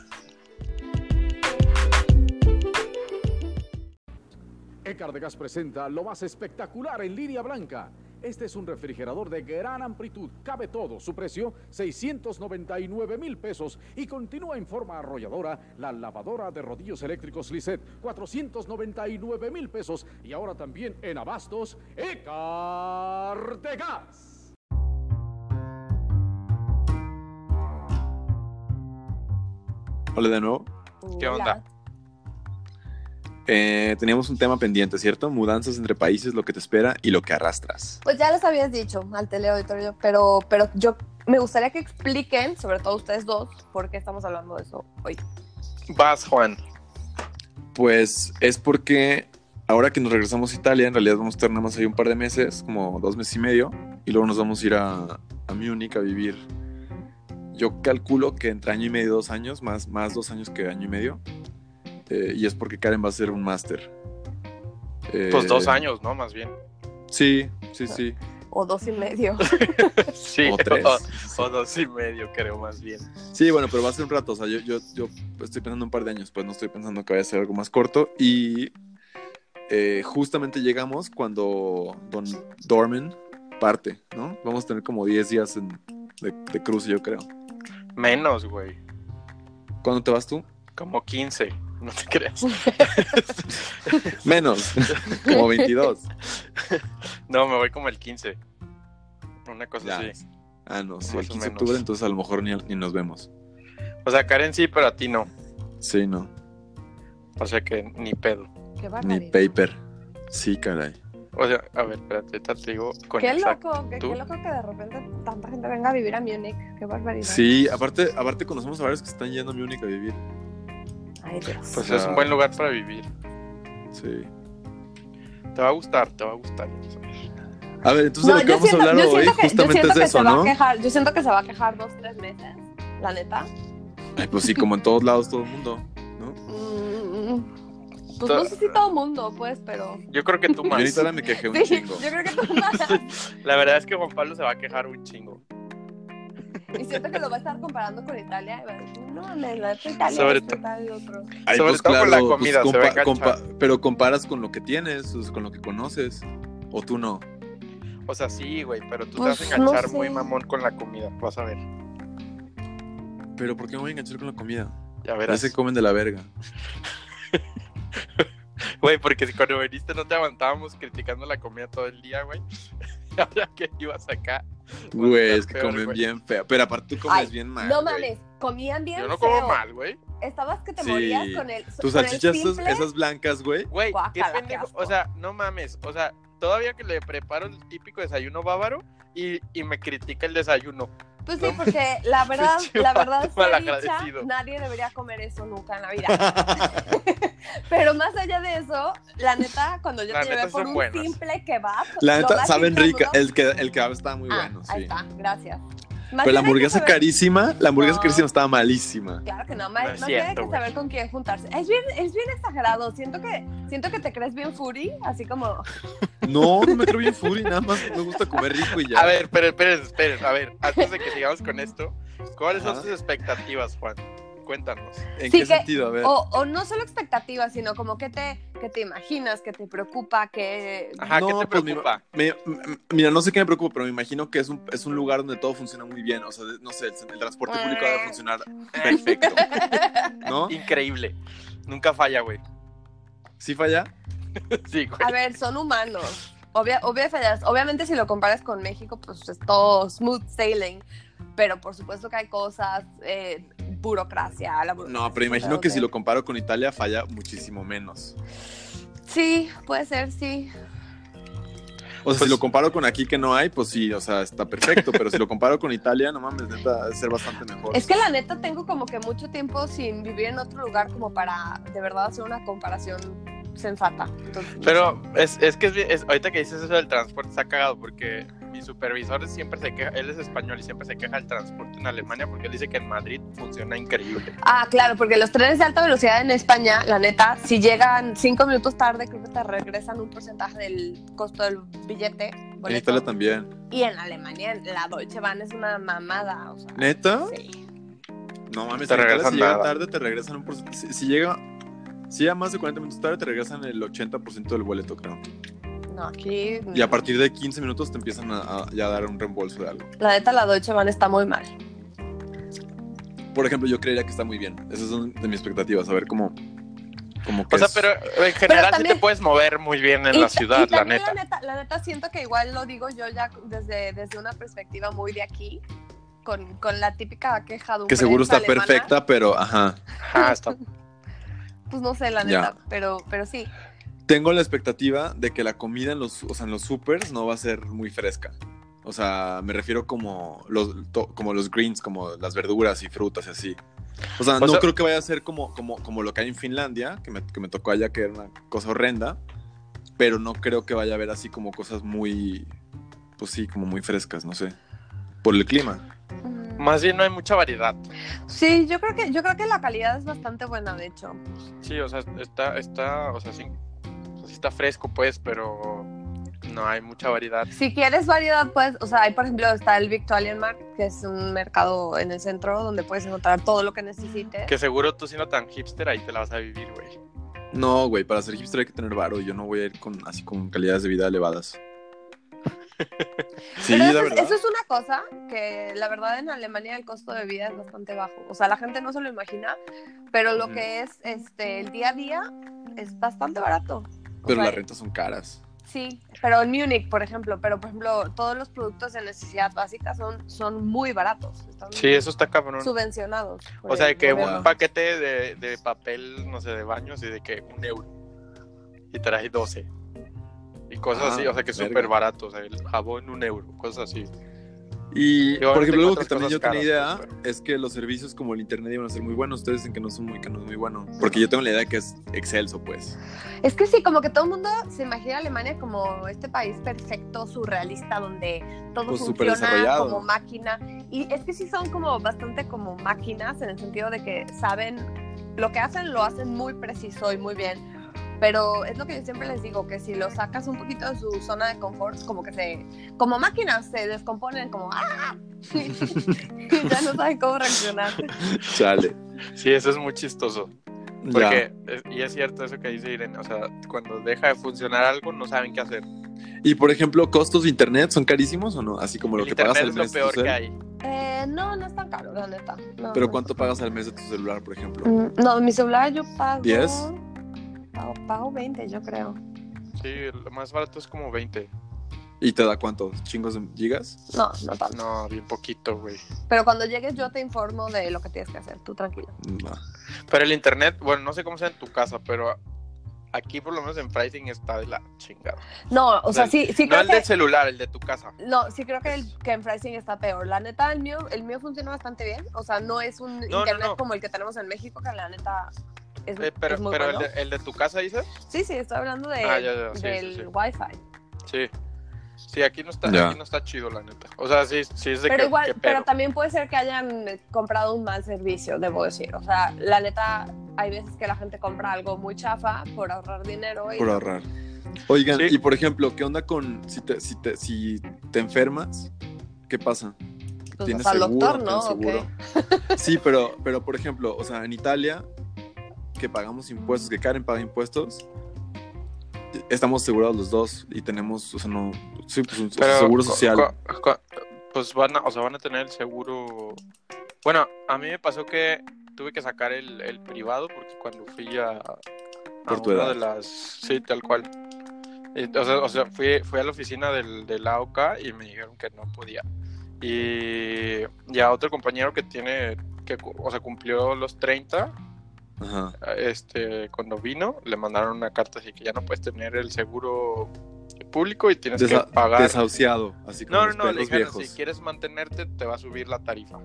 [SPEAKER 8] Ecardegas presenta lo más espectacular en línea blanca, Este es un refrigerador de gran amplitud, cabe todo, su precio 699 mil pesos y continúa en forma arrolladora la lavadora de rodillos eléctricos Lisset 499 mil pesos y ahora también en abastos Ecar de Gas.
[SPEAKER 4] Hola de nuevo.
[SPEAKER 3] Uh,
[SPEAKER 5] ¿Qué onda?
[SPEAKER 4] Eh, teníamos un tema pendiente, ¿cierto? Mudanzas entre países, lo que te espera y lo que arrastras.
[SPEAKER 3] Pues ya les habías dicho al teleauditorio, pero, pero yo me gustaría que expliquen, sobre todo ustedes dos, por qué estamos hablando de eso hoy.
[SPEAKER 5] Vas, Juan.
[SPEAKER 4] Pues es porque ahora que nos regresamos a Italia, en realidad vamos a estar nada más ahí un par de meses, como dos meses y medio, y luego nos vamos a ir a, a Múnich a vivir. Yo calculo que entre año y medio, dos años, más, más dos años que año y medio, eh, y es porque Karen va a hacer un máster. Eh,
[SPEAKER 5] Pues dos años, ¿no? Más bien.
[SPEAKER 4] Sí, sí, sí.
[SPEAKER 3] O dos y medio.
[SPEAKER 5] Sí,
[SPEAKER 4] O tres.
[SPEAKER 5] o- o dos y medio, creo, más bien.
[SPEAKER 4] Sí, bueno, pero va a ser un rato. O sea, yo, yo, yo estoy pensando un par de años, pues no estoy pensando que vaya a ser algo más corto. Y eh, justamente llegamos cuando Don Dorman parte, ¿no? Vamos a tener como 10 días en- de, de cruce, yo creo.
[SPEAKER 5] Menos, güey.
[SPEAKER 4] ¿Cuándo te vas tú?
[SPEAKER 5] Como 15. No te creas.
[SPEAKER 4] Menos, como 22.
[SPEAKER 5] No, me voy como el 15. Una cosa
[SPEAKER 4] Ya.
[SPEAKER 5] Pues así.
[SPEAKER 4] Ah, no, sí,
[SPEAKER 5] Más
[SPEAKER 4] el
[SPEAKER 5] o
[SPEAKER 4] 15 de
[SPEAKER 5] menos.
[SPEAKER 4] octubre, entonces a lo mejor ni, ni nos vemos.
[SPEAKER 5] O sea, Karen sí, pero a ti no.
[SPEAKER 4] Sí, no,
[SPEAKER 5] O sea que ni pedo.
[SPEAKER 3] Qué
[SPEAKER 4] ni
[SPEAKER 3] barbaridad.
[SPEAKER 4] paper. Sí, caray.
[SPEAKER 5] O sea, a ver, espérate, ahorita te digo con
[SPEAKER 3] Qué
[SPEAKER 5] exact-
[SPEAKER 3] loco, que- qué,
[SPEAKER 5] ¿Tú?
[SPEAKER 3] loco que de repente tanta gente venga a vivir a Múnich. Qué barbaridad.
[SPEAKER 4] Sí, aparte, aparte conocemos a varios que se están yendo a Múnich a vivir.
[SPEAKER 3] Ay, Dios.
[SPEAKER 5] Pues es un buen lugar para vivir.
[SPEAKER 4] Sí.
[SPEAKER 5] Te va a gustar, te va a gustar.
[SPEAKER 4] A ver, entonces lo que vamos a hablar
[SPEAKER 3] yo
[SPEAKER 4] hoy
[SPEAKER 3] siento que- yo
[SPEAKER 4] justamente
[SPEAKER 3] siento
[SPEAKER 4] es
[SPEAKER 3] que
[SPEAKER 4] eso,
[SPEAKER 3] se va a
[SPEAKER 4] ¿no?
[SPEAKER 3] quejar- yo siento que se va a quejar dos, tres meses, la neta.
[SPEAKER 4] Ay, pues sí, como en todos lados, todo el mundo, ¿no?
[SPEAKER 3] Mm, pues
[SPEAKER 5] Ta-
[SPEAKER 3] no sé si todo mundo, pues, pero.
[SPEAKER 5] Yo creo que tú
[SPEAKER 4] Yo
[SPEAKER 5] más.
[SPEAKER 4] ahorita ahora me quejé un
[SPEAKER 3] Sí,
[SPEAKER 4] chingo.
[SPEAKER 3] yo creo que todo mundo.
[SPEAKER 5] La verdad es que Juan Pablo se va a quejar un chingo.
[SPEAKER 3] Y siento que lo va a estar comparando con Italia. Y va a decir, no, mames, la neta Italia
[SPEAKER 5] Sobre
[SPEAKER 3] es
[SPEAKER 5] to-
[SPEAKER 3] total y otro.
[SPEAKER 4] Ay, pues
[SPEAKER 5] Sobre todo con la comida, se va a
[SPEAKER 4] pero comparas con lo que tienes, o sea, con lo que conoces, o tú no.
[SPEAKER 5] O sea, sí, güey, pero tú
[SPEAKER 3] Pues,
[SPEAKER 5] te vas a enganchar
[SPEAKER 3] no sé.
[SPEAKER 5] muy mamón con la comida. Vas a ver.
[SPEAKER 4] Pero ¿por qué me voy a enganchar con la comida?
[SPEAKER 5] Ya
[SPEAKER 4] Ya
[SPEAKER 5] verás.
[SPEAKER 4] se comen de la verga.
[SPEAKER 5] Güey, porque si cuando viniste no te aguantábamos criticando la comida todo el día, güey. Ahora que ibas acá.
[SPEAKER 4] Güey, es
[SPEAKER 5] estar
[SPEAKER 4] que
[SPEAKER 5] peor,
[SPEAKER 4] comen
[SPEAKER 5] güey.
[SPEAKER 4] bien feo. Pero aparte tú comes
[SPEAKER 3] Ay,
[SPEAKER 4] bien mal.
[SPEAKER 3] no
[SPEAKER 4] güey.
[SPEAKER 3] mames, comían bien.
[SPEAKER 5] Yo no como
[SPEAKER 3] feo.
[SPEAKER 5] mal, güey.
[SPEAKER 3] Estabas que te
[SPEAKER 4] Sí.
[SPEAKER 3] morías con el.
[SPEAKER 4] Tus
[SPEAKER 3] con el
[SPEAKER 4] salchichas esas,
[SPEAKER 3] simple-
[SPEAKER 4] esas blancas, güey.
[SPEAKER 5] Güey, qué
[SPEAKER 3] Guácala, qué
[SPEAKER 5] pendejo.
[SPEAKER 3] asco.
[SPEAKER 5] O sea, no mames. O sea, todavía que le preparo el típico desayuno bávaro y, y me critica el desayuno.
[SPEAKER 3] Pues sí,
[SPEAKER 5] No,
[SPEAKER 3] porque la verdad,
[SPEAKER 5] pinche
[SPEAKER 3] la verdad
[SPEAKER 5] vato
[SPEAKER 3] sea dicha,
[SPEAKER 5] malagradecido.
[SPEAKER 3] nadie debería comer eso nunca en la vida. Pero más allá de eso, la neta, cuando yo
[SPEAKER 5] La
[SPEAKER 3] te llevé
[SPEAKER 5] neta
[SPEAKER 3] por
[SPEAKER 5] son
[SPEAKER 3] un
[SPEAKER 5] buenas.
[SPEAKER 3] simple kebab,
[SPEAKER 4] La
[SPEAKER 3] lo
[SPEAKER 4] neta,
[SPEAKER 3] más
[SPEAKER 4] saben
[SPEAKER 3] incómodo-
[SPEAKER 4] rica. El que el que está muy
[SPEAKER 3] Ah,
[SPEAKER 4] bueno,
[SPEAKER 3] ahí
[SPEAKER 4] sí.
[SPEAKER 3] está, gracias. Más bien
[SPEAKER 4] Pero la
[SPEAKER 3] hay que
[SPEAKER 4] hamburguesa
[SPEAKER 3] saber-
[SPEAKER 4] carísima, la hamburguesa
[SPEAKER 3] No.
[SPEAKER 4] carísima estaba malísima.
[SPEAKER 3] Claro que no,
[SPEAKER 5] No
[SPEAKER 3] más,
[SPEAKER 5] es
[SPEAKER 3] más bien hay
[SPEAKER 5] cierto,
[SPEAKER 3] que
[SPEAKER 5] güey.
[SPEAKER 3] saber con quién juntarse. Es bien, es bien exagerado, siento que, siento que te crees bien furi, así como,
[SPEAKER 4] No, no me creo bien Fury, nada más me gusta comer rico y ya.
[SPEAKER 5] A ver, pero esperen, esperen. A ver, antes de que sigamos con esto, ¿cuáles
[SPEAKER 4] Ajá.
[SPEAKER 5] son tus expectativas, Juan? Cuéntanos.
[SPEAKER 4] ¿En
[SPEAKER 3] Sí,
[SPEAKER 4] qué
[SPEAKER 3] que-
[SPEAKER 4] sentido? A ver.
[SPEAKER 3] o, o no solo expectativas, sino como que te, que te imaginas, que te preocupa, que...
[SPEAKER 5] Ajá, ¿qué
[SPEAKER 4] No,
[SPEAKER 5] te
[SPEAKER 4] pues, mi-
[SPEAKER 5] preocupa?
[SPEAKER 4] Me- m- mira, no sé qué me preocupa, pero me imagino que es un, es un lugar donde todo funciona muy bien. O sea, de- no sé, el, el transporte
[SPEAKER 3] Pues,
[SPEAKER 4] público debe funcionar perfecto. ¿No?
[SPEAKER 5] Increíble. Nunca falla, güey.
[SPEAKER 4] ¿Sí falla?
[SPEAKER 5] Sí, güey.
[SPEAKER 3] A ver, son humanos. Obvia- obvia fallas. Obviamente si lo comparas con México, pues es todo smooth sailing. Pero por supuesto que hay cosas, eh, burocracia, la burocracia.
[SPEAKER 4] No, pero imagino que si lo comparo con Italia, falla muchísimo menos.
[SPEAKER 3] Sí, puede ser, sí.
[SPEAKER 4] O sea, si
[SPEAKER 5] Pues-
[SPEAKER 4] lo comparo con aquí que no hay, pues sí, o sea, está perfecto. Pero si lo comparo con Italia, no mames, neta, debe ser bastante mejor.
[SPEAKER 3] Es que la neta tengo como que mucho tiempo sin vivir en otro lugar como para de verdad hacer una comparación sensata. Entonces, no sé.
[SPEAKER 5] Pero es, es que es, bien- es- ahorita que dices eso del transporte está cagado porque mi supervisor siempre se queja, él es español y siempre se queja del transporte en Alemania porque él dice que en Madrid funciona increíble.
[SPEAKER 3] Ah, claro, porque los trenes de alta velocidad en España, la neta, si llegan cinco minutos tarde, creo que te regresan un porcentaje del costo del billete.
[SPEAKER 4] en
[SPEAKER 3] boleto.
[SPEAKER 4] Italia también.
[SPEAKER 3] Y en Alemania la Deutsche Bahn es una mamada, o sea.
[SPEAKER 4] ¿Neta?
[SPEAKER 3] sí.
[SPEAKER 4] No mames,
[SPEAKER 5] Te
[SPEAKER 4] en Italia
[SPEAKER 5] regresan
[SPEAKER 4] si llega
[SPEAKER 5] nada.
[SPEAKER 4] tarde, te regresan un porcentaje. Si, si llega. Si llega más de 40 minutos tarde, te regresan el 80% del boleto, creo.
[SPEAKER 3] No, aquí.
[SPEAKER 4] Y a partir de 15 minutos te empiezan a, a ya dar un reembolso de algo.
[SPEAKER 3] La neta, la Deutsche Bahn está muy mal.
[SPEAKER 4] Por ejemplo, yo creería que está muy bien. Esas son de mis expectativas, a ver cómo... cómo
[SPEAKER 5] O
[SPEAKER 4] qué
[SPEAKER 5] sea,
[SPEAKER 4] es.
[SPEAKER 5] Pues pero en general sí
[SPEAKER 3] también-
[SPEAKER 5] te puedes mover muy bien en la
[SPEAKER 3] ta-
[SPEAKER 5] ciudad, la
[SPEAKER 3] también
[SPEAKER 5] neta.
[SPEAKER 3] La neta. la neta siento que igual lo digo yo ya desde, desde una perspectiva muy de aquí, con, con la típica queja de
[SPEAKER 4] Que seguro está perfecta, pero ajá.
[SPEAKER 5] Ajá, está-
[SPEAKER 3] Pues no sé, la
[SPEAKER 4] Ya.
[SPEAKER 3] neta, pero, pero sí.
[SPEAKER 4] Tengo la expectativa de que la comida en los, o sea, en los supers no va a ser muy fresca. O sea, me refiero como los, to- como los greens, como las verduras y frutas y así. O sea,
[SPEAKER 5] O
[SPEAKER 4] no
[SPEAKER 5] sea-
[SPEAKER 4] creo que vaya a ser como, como, como lo que hay en Finlandia, que me, que me tocó allá, que era una cosa horrenda, pero no creo que vaya a haber así como cosas muy, pues sí, como muy frescas, no sé, por el clima.
[SPEAKER 3] Mm.
[SPEAKER 5] Más bien no hay mucha variedad.
[SPEAKER 3] Sí, yo creo que yo creo que la calidad es bastante buena, de hecho.
[SPEAKER 5] Sí, o sea, está, está, o sea, sí, o sea, sí está fresco, pues, pero no hay mucha variedad.
[SPEAKER 3] Si quieres variedad, pues, o sea, hay por ejemplo está el Victualian Market, que es un mercado en el centro donde puedes encontrar todo lo que necesites.
[SPEAKER 5] Que seguro tú siendo tan hipster ahí te la vas a vivir, güey.
[SPEAKER 4] No, güey, para ser hipster hay que tener varo. y Yo no voy a ir con así con calidades de vida elevadas. Sí,
[SPEAKER 3] Pero
[SPEAKER 4] la
[SPEAKER 3] eso, es-
[SPEAKER 4] verdad.
[SPEAKER 3] eso es una cosa que la verdad en Alemania el costo de vida es bastante bajo. O sea, la gente no se lo imagina, pero lo
[SPEAKER 4] Ujú.
[SPEAKER 3] que es este el día a día es bastante barato. O
[SPEAKER 4] Pero
[SPEAKER 3] sea,
[SPEAKER 4] las rentas son caras.
[SPEAKER 3] Sí, pero en Múnich, por ejemplo, pero por ejemplo, todos los productos de necesidad básica son, son muy baratos. Están
[SPEAKER 5] Sí, eso está cabrón.
[SPEAKER 3] subvencionados. por
[SPEAKER 5] O sea,
[SPEAKER 3] el
[SPEAKER 5] que
[SPEAKER 3] gobierno.
[SPEAKER 5] un paquete de, de papel, no sé, de baños y de que un euro. Y traje 12. Y cosas
[SPEAKER 4] Ah,
[SPEAKER 5] así, o sea, que es
[SPEAKER 4] verga.
[SPEAKER 5] súper barato. O sea, el jabón un euro, cosas así.
[SPEAKER 4] Y,
[SPEAKER 5] Y obviamente
[SPEAKER 4] por ejemplo, algo que
[SPEAKER 5] encuentras
[SPEAKER 4] también yo
[SPEAKER 5] cosas
[SPEAKER 4] tenía idea
[SPEAKER 5] caras, pues,
[SPEAKER 4] es que los servicios como el internet iban a ser muy buenos. Ustedes dicen que no son muy, que no es muy bueno. Porque yo tengo la idea que es excelso, pues.
[SPEAKER 3] Es que sí, como que todo el mundo se imagina a Alemania como este país perfecto, surrealista, donde todo
[SPEAKER 4] Pues,
[SPEAKER 3] funciona
[SPEAKER 4] superdesarrollado.
[SPEAKER 3] como máquina. Y es que sí son como bastante como máquinas en el sentido de que saben lo que hacen, lo hacen muy preciso y muy bien. Pero es lo que yo siempre les digo, que si lo sacas un poquito de su zona de confort, como que se, como máquinas se descomponen, como ¡ah! y ya no saben cómo reaccionar.
[SPEAKER 4] Chale.
[SPEAKER 5] Sí, eso es muy chistoso.
[SPEAKER 4] Ya.
[SPEAKER 5] Porque, es- y es cierto eso que dice Irene, o sea, cuando deja de funcionar algo, no saben qué hacer.
[SPEAKER 4] Y por ejemplo, costos de internet son carísimos o no? Así como lo
[SPEAKER 5] el
[SPEAKER 4] que
[SPEAKER 5] internet
[SPEAKER 4] pagas al
[SPEAKER 5] es lo
[SPEAKER 4] mes. de tu
[SPEAKER 5] peor que
[SPEAKER 4] cel.
[SPEAKER 5] hay.
[SPEAKER 3] Eh, no, no es tan caro, la neta. No,
[SPEAKER 4] Pero
[SPEAKER 3] no.
[SPEAKER 4] ¿cuánto pagas al mes de tu celular, por ejemplo?
[SPEAKER 3] Mm, No, mi celular yo pago.
[SPEAKER 4] ¿Diez?
[SPEAKER 3] Pago, pago 20, yo creo.
[SPEAKER 5] Sí, lo más barato es como 20.
[SPEAKER 4] ¿Y te da cuánto? ¿Chingos de gigas?
[SPEAKER 3] No, no tanto.
[SPEAKER 5] No, bien poquito, güey.
[SPEAKER 3] Pero cuando llegues yo te informo de lo que tienes que hacer, tú tranquilo.
[SPEAKER 4] No.
[SPEAKER 5] Pero el internet, bueno, no sé cómo sea en tu casa, pero aquí por lo menos en pricing está de la chingada.
[SPEAKER 3] No, o sea,
[SPEAKER 5] Dale.
[SPEAKER 3] sí, sí
[SPEAKER 5] No
[SPEAKER 3] creo
[SPEAKER 5] el del
[SPEAKER 3] que...
[SPEAKER 5] celular, el de tu casa.
[SPEAKER 3] No, sí creo que, el, que en pricing está peor. La neta, el mío, el mío funciona bastante bien. O sea, no es un
[SPEAKER 5] no,
[SPEAKER 3] internet
[SPEAKER 5] no.
[SPEAKER 3] como el que tenemos en México, que la neta es,
[SPEAKER 5] Eh, pero
[SPEAKER 3] es muy
[SPEAKER 5] pero
[SPEAKER 3] bueno.
[SPEAKER 5] el, de, el de tu casa, dices?
[SPEAKER 3] Sí, sí, estoy hablando de,
[SPEAKER 5] Ah, ya, ya, sí,
[SPEAKER 3] del
[SPEAKER 5] sí, sí.
[SPEAKER 3] Wi-Fi.
[SPEAKER 5] Sí. Sí, aquí no está,
[SPEAKER 4] Ya.
[SPEAKER 5] aquí no está chido, la neta. O sea, sí, sí es de
[SPEAKER 3] Pero
[SPEAKER 5] que,
[SPEAKER 3] igual,
[SPEAKER 5] que
[SPEAKER 3] pero
[SPEAKER 5] pedo.
[SPEAKER 3] también puede ser que hayan eh, comprado un mal servicio, debo decir. O sea, la neta, hay veces que la gente compra algo muy chafa por ahorrar dinero y
[SPEAKER 4] Por ahorrar. Oigan,
[SPEAKER 5] Sí.
[SPEAKER 4] y por ejemplo, ¿qué onda con si te, si te, si te enfermas? ¿Qué pasa?
[SPEAKER 3] pues, vas al doctor, ¿no? ¿O
[SPEAKER 4] ¿Tienes
[SPEAKER 3] qué?
[SPEAKER 4] seguro? Sí, pero, pero por ejemplo, o sea, en Italia, que pagamos impuestos, que Karen paga impuestos, estamos asegurados los dos y tenemos, o sea, no, sí, pues, un
[SPEAKER 5] Pero
[SPEAKER 4] seguro
[SPEAKER 5] co-
[SPEAKER 4] social.
[SPEAKER 5] co- co- pues van a, o sea, van a tener el seguro. Bueno, a mí me pasó que tuve que sacar el, el privado porque cuando fui a, a
[SPEAKER 4] Por tu
[SPEAKER 5] una
[SPEAKER 4] edad.
[SPEAKER 5] de las sí, tal cual. Y, o sea, o sea, fui, fui a la oficina del, de la AOCA y me dijeron que no podía. Y, y a otro compañero que tiene que cu- o sea, cumplió los 30
[SPEAKER 4] Ajá.
[SPEAKER 5] este, cuando vino, le mandaron una carta así que ya no puedes tener el seguro público y tienes
[SPEAKER 4] Desa-
[SPEAKER 5] que pagar.
[SPEAKER 4] Desahuciado, así como
[SPEAKER 5] No, no,
[SPEAKER 4] los
[SPEAKER 5] no, le
[SPEAKER 4] perros
[SPEAKER 5] dijeron,
[SPEAKER 4] viejos.
[SPEAKER 5] si quieres mantenerte, te va a subir la tarifa.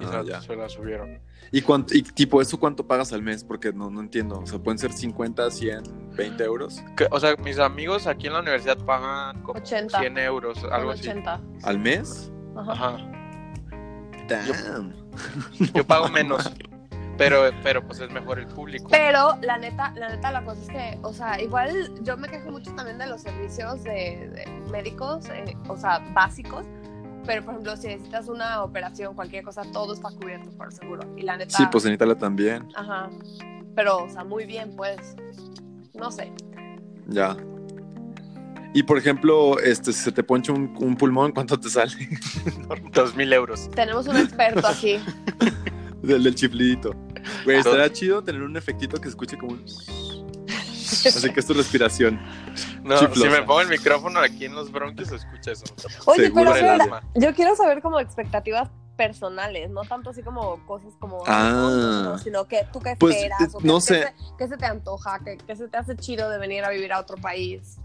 [SPEAKER 5] Y
[SPEAKER 4] Ah,
[SPEAKER 5] se,
[SPEAKER 4] ya.
[SPEAKER 5] la, se la subieron.
[SPEAKER 4] ¿Y, cuánto, y tipo, ¿eso cuánto pagas al mes? Porque no, no entiendo. O sea, pueden ser 50, 100, 20 euros
[SPEAKER 5] Que- o sea, mis amigos aquí en la universidad pagan como
[SPEAKER 3] 80.
[SPEAKER 5] 100 euros, algo
[SPEAKER 3] Con 80.
[SPEAKER 4] al mes.
[SPEAKER 3] Ajá.
[SPEAKER 5] así.
[SPEAKER 4] Damn.
[SPEAKER 5] Ajá. Yo pago menos. Pero, pero pues es mejor el público.
[SPEAKER 3] Pero la neta, la neta, la cosa es que, o sea, igual yo me quejo mucho también de los servicios de, de médicos, eh, o sea, básicos. Pero, por ejemplo, si necesitas una operación, cualquier cosa, todo está cubierto por el seguro. Y la neta.
[SPEAKER 4] Sí, pues en Italia también.
[SPEAKER 3] Ajá. Pero, o sea, muy bien, pues. No sé.
[SPEAKER 4] Ya. Y por ejemplo, este, si se te poncha un, un pulmón, ¿cuánto te sale?
[SPEAKER 5] Dos mil euros.
[SPEAKER 3] Tenemos un experto aquí.
[SPEAKER 4] Del, del chiflidito. Güey, estaría chido tener un efectito que se escuche como un... Así que es tu respiración.
[SPEAKER 5] No,
[SPEAKER 4] Chiflosa.
[SPEAKER 5] si me pongo el micrófono aquí en los bronquios, se escucha eso.
[SPEAKER 3] Oye,
[SPEAKER 4] Seguro
[SPEAKER 3] pero
[SPEAKER 5] el
[SPEAKER 3] espera,
[SPEAKER 5] alma.
[SPEAKER 3] yo quiero saber como expectativas personales, no tanto así como cosas como
[SPEAKER 4] Ah.
[SPEAKER 3] ¿no? sino que tú qué
[SPEAKER 4] Pues,
[SPEAKER 3] esperas,
[SPEAKER 4] eh,
[SPEAKER 3] o qué-
[SPEAKER 4] no
[SPEAKER 3] qué
[SPEAKER 4] sé.
[SPEAKER 3] se- qué se te antoja, qué, qué se te hace chido de venir a vivir a otro país.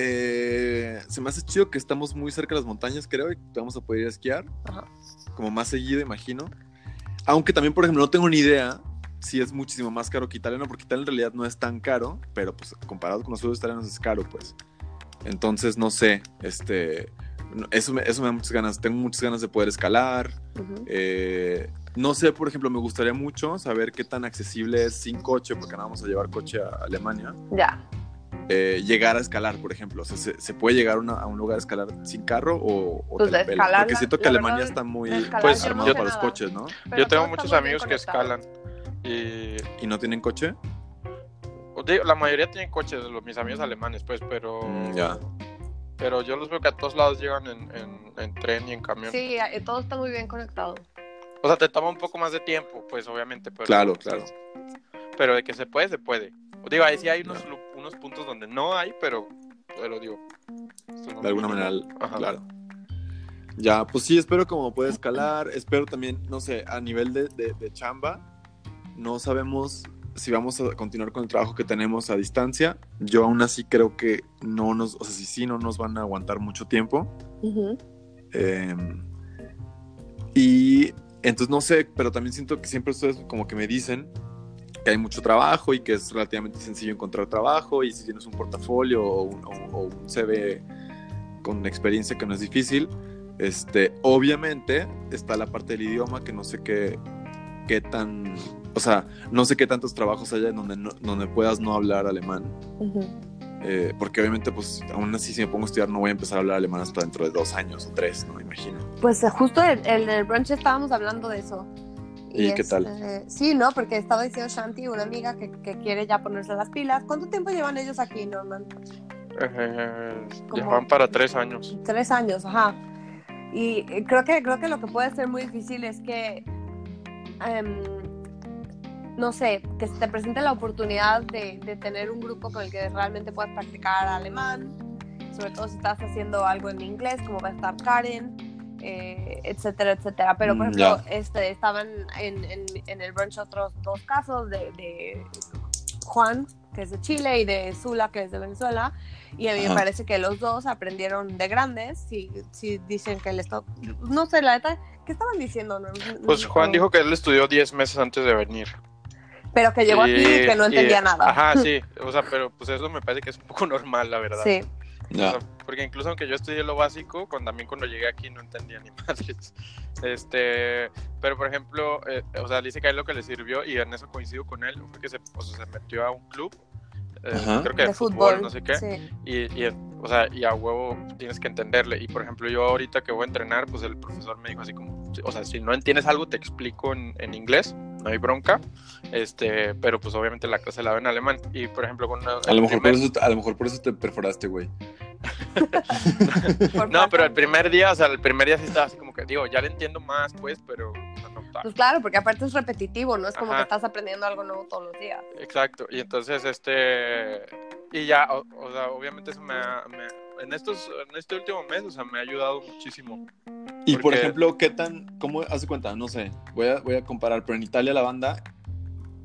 [SPEAKER 4] Eh, se me hace chido que estamos muy cerca de las montañas, creo, y que vamos a poder ir a esquiar.
[SPEAKER 3] Ajá.
[SPEAKER 4] Como más seguido, imagino. Aunque también, por ejemplo, no tengo ni idea si es muchísimo más caro que Italia, no, porque Italia en realidad no es tan caro, pero pues comparado con los sueldos italianos es caro, pues. Entonces, no sé, este, no- eso me, eso me da muchas ganas. Tengo muchas ganas de poder escalar. Eh, no sé, por ejemplo, me gustaría mucho saber qué tan accesible es sin coche, porque no vamos a llevar coche a Alemania
[SPEAKER 3] Ya.
[SPEAKER 4] eh, llegar a escalar, por ejemplo? O sea, ¿se, se puede llegar a una- a un lugar a escalar sin carro o, o
[SPEAKER 3] Pues
[SPEAKER 4] te
[SPEAKER 3] de
[SPEAKER 4] la pelan?
[SPEAKER 3] escalar,
[SPEAKER 4] Porque siento que
[SPEAKER 3] la
[SPEAKER 4] Alemania
[SPEAKER 3] verdad,
[SPEAKER 4] está muy
[SPEAKER 3] de escalar
[SPEAKER 5] Pues, yo no
[SPEAKER 4] armado
[SPEAKER 5] sé
[SPEAKER 4] para los
[SPEAKER 3] nada.
[SPEAKER 4] coches, ¿no?
[SPEAKER 3] Pero
[SPEAKER 5] Yo tengo
[SPEAKER 3] todos
[SPEAKER 5] muchos
[SPEAKER 3] estamos bien
[SPEAKER 5] amigos que
[SPEAKER 3] conectados.
[SPEAKER 5] escalan y
[SPEAKER 4] ¿Y no tienen coche?
[SPEAKER 5] digo, la mayoría tienen coches, los- mis amigos alemanes, pues, pero
[SPEAKER 4] Mm, ya.
[SPEAKER 5] pero yo los veo que a todos lados llegan en, en- en tren y en camión.
[SPEAKER 3] Sí, eh, todo está muy bien conectado.
[SPEAKER 5] O sea, te toma un poco más de tiempo, pues, obviamente, pero
[SPEAKER 4] Claro, claro.
[SPEAKER 5] pero de que se puede, se puede. Digo, ahí sí hay unos,
[SPEAKER 4] Ya.
[SPEAKER 5] lu- unos puntos donde no hay, pero lo digo. esto no-
[SPEAKER 4] De alguna manera,
[SPEAKER 5] Ajá.
[SPEAKER 4] claro. Ya, pues sí, espero como puede escalar. Espero también, no sé, a nivel de, de- de chamba, no sabemos si vamos a continuar con el trabajo que tenemos a distancia. Yo aún así creo que no nos, o sea, si sí, no nos van a aguantar mucho tiempo. Eh, y entonces no sé, pero también siento que siempre ustedes como que me dicen que hay mucho trabajo y que es relativamente sencillo encontrar trabajo y si tienes un portafolio o un, o- o un CV con experiencia que no es difícil, este, obviamente está la parte del idioma que no sé qué, qué tan, o sea, no sé qué tantos trabajos haya en donde, no- donde puedas no hablar alemán. Eh, porque obviamente, pues, aún así, si me pongo a estudiar, no voy a empezar a hablar alemán hasta dentro de dos años o tres, no me imagino.
[SPEAKER 3] Pues eh, justo en, en el brunch estábamos hablando de eso.
[SPEAKER 4] ¿Y qué tal?
[SPEAKER 3] este, Sí, no, porque estaba diciendo Shanti, una amiga que, que quiere ya ponerse las pilas. ¿Cuánto tiempo llevan ellos aquí, Norman?
[SPEAKER 5] Eh,
[SPEAKER 3] Como-
[SPEAKER 5] ya van para tres años.
[SPEAKER 3] Tres años, ajá. Y eh, creo que, creo que lo que puede ser muy difícil es que, em, no sé, que se te presente la oportunidad de, de tener un grupo con el que realmente puedas practicar alemán, sobre todo si estás haciendo algo en inglés, como va a estar Karen, eh, etcétera, etcétera. Pero, por
[SPEAKER 4] Mm,
[SPEAKER 3] ejemplo, este, estaban en, en- en el brunch otros dos casos de, de Juan, que es de Chile, y de Zula, que es de Venezuela. Y a mí
[SPEAKER 4] Ajá.
[SPEAKER 3] me parece que los dos aprendieron de grandes. Si, si dicen que les tocó. No sé, la neta, ¿qué estaban diciendo? No, no-
[SPEAKER 5] Pues
[SPEAKER 3] no-
[SPEAKER 5] Juan dijo que él estudió 10 meses antes de venir.
[SPEAKER 3] Pero que llegó aquí y que no
[SPEAKER 5] y-
[SPEAKER 3] entendía nada.
[SPEAKER 5] Ajá, sí. O sea, pero pues eso me parece que es un poco normal, la verdad.
[SPEAKER 3] Sí.
[SPEAKER 5] O sea, porque incluso aunque yo estudié lo básico, cuando, también cuando llegué aquí no entendía ni madres. Este, pero por ejemplo, eh, o sea, dice que a él lo que le sirvió, y en eso coincido con él, fue que se, o sea, se metió a un club, eh,
[SPEAKER 4] Ajá.
[SPEAKER 5] creo que de,
[SPEAKER 3] de
[SPEAKER 5] fútbol,
[SPEAKER 3] fútbol.
[SPEAKER 5] no sé qué,
[SPEAKER 3] sí.
[SPEAKER 5] y, y, o sea, y a huevo tienes que entenderle. Y por ejemplo, yo ahorita que voy a entrenar, pues el profesor me dijo así como, o sea, si no entiendes algo, te explico en, en inglés, no hay bronca, este, pero pues obviamente la clase la veo en alemán. Y por ejemplo, con
[SPEAKER 4] A lo, mejor por eso, a lo mejor por eso te perforaste, güey.
[SPEAKER 3] Por
[SPEAKER 5] No,
[SPEAKER 3] falta-
[SPEAKER 5] pero el primer día, o sea, el primer día sí estaba así como que, digo, ya le entiendo más, pues, pero... o sea, no, ta-
[SPEAKER 3] Pues claro, porque aparte es repetitivo, no es como
[SPEAKER 5] Ajá.
[SPEAKER 3] que estás aprendiendo algo nuevo todos los días.
[SPEAKER 5] Exacto, y entonces, este... Y ya, o, o sea, obviamente eso me ha... me- en, estos, en este último mes, o sea, me ha ayudado muchísimo.
[SPEAKER 4] Y por
[SPEAKER 5] Porque-
[SPEAKER 4] ejemplo, ¿qué tan, cómo hace cuenta? No sé, voy a, voy a comparar, pero en Italia la banda,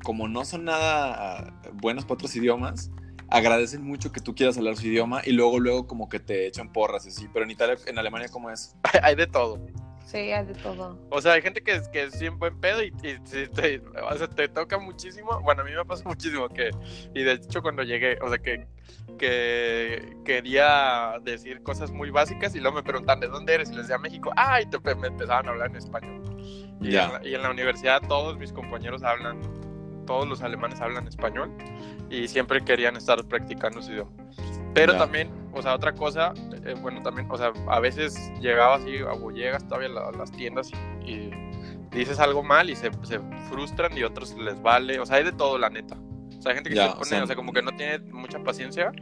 [SPEAKER 4] como no son nada ah, buenos para otros idiomas, agradecen mucho que tú quieras hablar su idioma y luego, luego como que te echan porras y así. Pero en Italia, en Alemania, ¿cómo es?
[SPEAKER 5] Hay de todo.
[SPEAKER 3] Sí, hay de todo.
[SPEAKER 5] O sea, hay gente que, es- que es bien buen pedo y, y sí te, o sea, te toca muchísimo. Bueno, a mí me pasa muchísimo que... Y de hecho cuando llegué, o sea, que, que quería decir cosas muy básicas y luego me preguntan, ¿de dónde eres? Y les decía México. Ah, y te, me empezaban a hablar en español. Y,
[SPEAKER 4] Ya.
[SPEAKER 5] en la, y en la universidad todos mis compañeros hablan, todos los alemanes hablan español y siempre querían estar practicando su idioma. Pero
[SPEAKER 4] Ya.
[SPEAKER 5] también, o sea, otra cosa, eh, bueno, también, o sea, a veces llegaba así, o llegas todavía a la- las tiendas y, y dices algo mal y se, se frustran y otros les vale, o sea, hay de todo, la neta. O sea, hay gente que
[SPEAKER 4] Ya,
[SPEAKER 5] se
[SPEAKER 4] o
[SPEAKER 5] pone, o sea,
[SPEAKER 4] sea,
[SPEAKER 5] como que no tiene mucha paciencia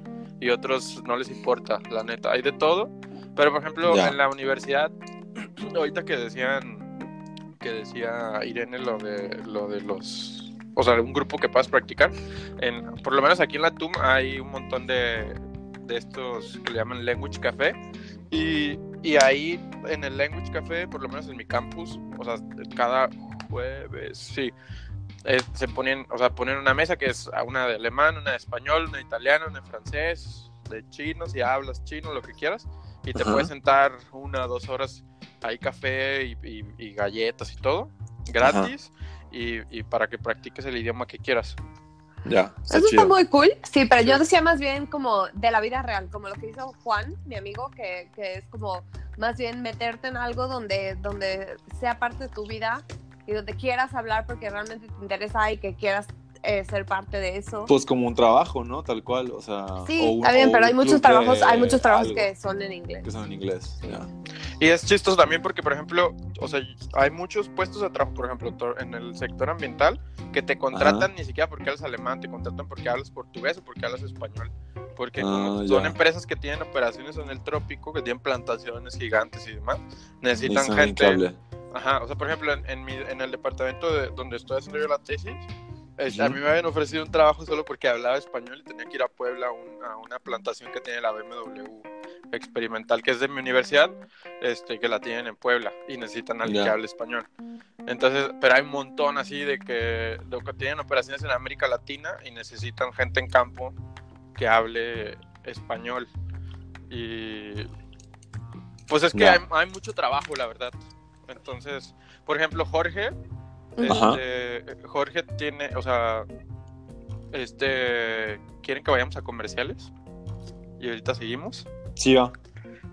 [SPEAKER 5] y otros no les importa, la neta. Hay de todo. Pero por ejemplo,
[SPEAKER 4] Ya.
[SPEAKER 5] en la universidad, ahorita que decían que decía Irene lo de lo de los o sea, un grupo que puedas practicar, en, por lo menos aquí en la TUM hay un montón de, de estos que le llaman Language Café y, y ahí en el Language Café, por lo menos en mi campus, o sea, cada jueves, sí, eh, se ponían, o sea, ponían una mesa que es a una de alemán, una de español, una de italiano, una de francés, de chino, si hablas chino, lo que quieras, y te
[SPEAKER 4] Ajá.
[SPEAKER 5] puedes sentar una, dos horas, hay café y, y- y galletas y todo, gratis, y, y para que practiques el idioma que quieras.
[SPEAKER 4] Ya, está
[SPEAKER 3] Eso
[SPEAKER 4] chido.
[SPEAKER 3] está muy cool. Sí, pero yo decía más bien como de la vida real, como lo que hizo Juan, mi amigo, que, que es como más bien meterte en algo donde, donde sea parte de tu vida y donde quieras hablar porque realmente te interesa y que quieras eh, ser parte de eso.
[SPEAKER 4] Pues como un trabajo, ¿no? Tal cual, o sea...
[SPEAKER 3] sí,
[SPEAKER 4] o un-
[SPEAKER 3] está bien,
[SPEAKER 4] o
[SPEAKER 3] pero hay
[SPEAKER 4] un
[SPEAKER 3] muchos
[SPEAKER 4] club de
[SPEAKER 3] trabajos, hay muchos trabajos
[SPEAKER 4] algo
[SPEAKER 3] que son en inglés.
[SPEAKER 4] Que son en inglés, ya.
[SPEAKER 5] Y es chistoso también porque, por ejemplo, o sea, hay muchos puestos de trabajo, por ejemplo, to- en el sector ambiental, que te contratan ni siquiera porque hablas alemán, te contratan porque hablas portugués o porque hablas español. Porque como
[SPEAKER 4] Ah,
[SPEAKER 5] son
[SPEAKER 4] ya.
[SPEAKER 5] empresas que tienen operaciones en el trópico, que tienen plantaciones gigantes y demás, necesitan
[SPEAKER 4] Necesitan
[SPEAKER 5] gente.
[SPEAKER 4] cable.
[SPEAKER 5] Ajá, o sea, por ejemplo, en, en mi- en el departamento de- donde estoy haciendo yo la tesis, es- a
[SPEAKER 4] Ujú.
[SPEAKER 5] mí me habían ofrecido un trabajo solo porque hablaba español y tenía que ir a Puebla a, un- a una plantación que tiene la BMW experimental, que es de mi universidad, este, que la tienen en Puebla y necesitan a alguien
[SPEAKER 4] Ya.
[SPEAKER 5] que hable español. Entonces, pero hay un montón así de que, de que tienen operaciones en América Latina y necesitan gente en campo que hable español. Y pues es que
[SPEAKER 4] Ya.
[SPEAKER 5] hay, hay mucho trabajo, la verdad. Entonces, por ejemplo, Jorge,
[SPEAKER 4] Ajá.
[SPEAKER 5] este, Jorge tiene, o sea, este, quieren que vayamos a comerciales y ahorita seguimos.
[SPEAKER 4] Sí, va.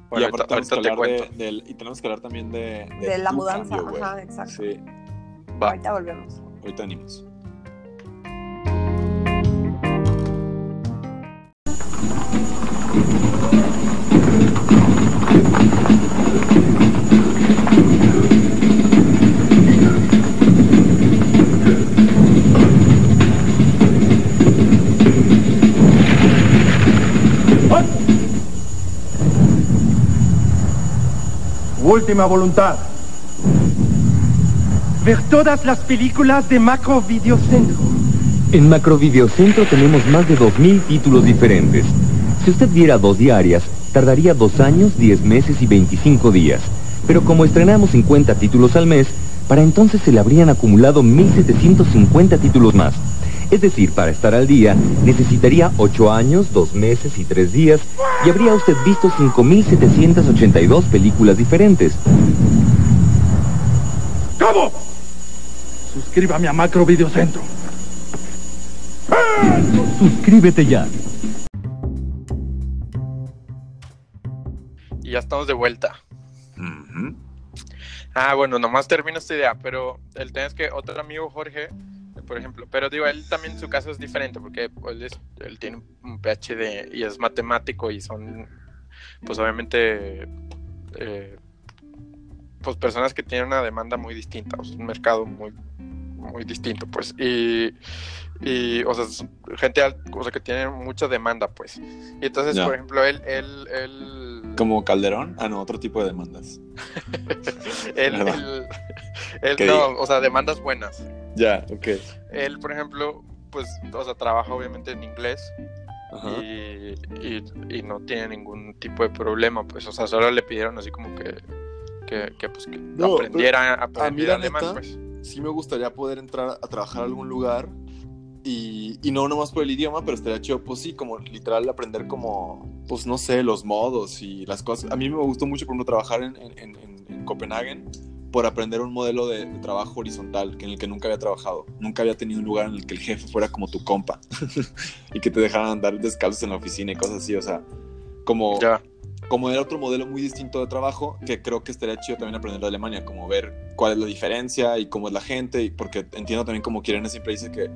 [SPEAKER 5] Bueno,
[SPEAKER 4] y aparte
[SPEAKER 5] ahorita,
[SPEAKER 4] tenemos que
[SPEAKER 5] ahorita te
[SPEAKER 4] hablar de-
[SPEAKER 5] cuento.
[SPEAKER 4] del- y tenemos que hablar también de, de
[SPEAKER 3] De la
[SPEAKER 4] tu
[SPEAKER 3] mudanza,
[SPEAKER 4] cambio, güey.
[SPEAKER 3] ajá, exacto.
[SPEAKER 4] Sí,
[SPEAKER 5] Va.
[SPEAKER 3] Ahorita volvemos.
[SPEAKER 4] ahorita venimos.
[SPEAKER 9] Última voluntad. Ver todas las películas de Macro Videocentro.
[SPEAKER 2] En Macro Videocentro tenemos más de 2.000 títulos diferentes. Si usted viera dos diarias, tardaría dos años, 10 meses y 25 días. Pero como estrenamos 50 títulos al mes, para entonces se le habrían acumulado 1.750 títulos más. Es decir, para estar al día, necesitaría 8 años, 2 meses y 3 días y habría usted visto 5.782 películas diferentes.
[SPEAKER 9] ¡Cabo! Suscríbame a Macro Videocentro.
[SPEAKER 2] Suscríbete ya.
[SPEAKER 5] Y ya estamos de vuelta.
[SPEAKER 4] Ujú.
[SPEAKER 5] Ah, bueno, nomás termino esta idea, pero el tema es que otro amigo, Jorge, por ejemplo, pero digo, él también su caso es diferente porque él, es- él tiene un PhD y es matemático y son, pues obviamente, eh, pues personas que tienen una demanda muy distinta, o sea, un mercado muy, muy distinto, pues, y, y, o sea, es gente al- o sea, que tiene mucha demanda, pues. Y entonces,
[SPEAKER 4] Ya.
[SPEAKER 5] por ejemplo, él, él, él...
[SPEAKER 4] Como Calderón, ah, no, otro tipo de demandas.
[SPEAKER 5] Él,
[SPEAKER 4] ¿Verdad?
[SPEAKER 5] él- él
[SPEAKER 4] Que
[SPEAKER 5] no,
[SPEAKER 4] diga.
[SPEAKER 5] o sea, demandas buenas.
[SPEAKER 4] Ya, ok.
[SPEAKER 5] Él, por ejemplo, pues, o sea, trabaja obviamente en inglés
[SPEAKER 4] Ajá.
[SPEAKER 5] y, y- y no tiene ningún tipo de problema, pues, o sea, solo le pidieron así como que, que, que, pues, que
[SPEAKER 4] No,
[SPEAKER 5] aprendiera,
[SPEAKER 4] la
[SPEAKER 5] aprendiera alemán,
[SPEAKER 4] neta,
[SPEAKER 5] pues.
[SPEAKER 4] Sí me gustaría poder entrar a trabajar a algún lugar y, y no nomás por el idioma, pero estaría chido, pues sí, como literal aprender como, pues no sé, los modos y las cosas. A mí me gustó mucho, por ejemplo, trabajar en, en- en- en- en Copenhague por aprender un modelo de, de trabajo horizontal que en el que nunca había trabajado. Nunca había tenido un lugar en el que el jefe fuera como tu compa y que te dejaran andar descalzos en la oficina y cosas así, o sea, como
[SPEAKER 5] Ya,
[SPEAKER 4] como era otro modelo muy distinto de trabajo, que creo que estaría chido también aprender de Alemania, como ver cuál es la diferencia y cómo es la gente, y porque entiendo también como Kirene siempre dice que,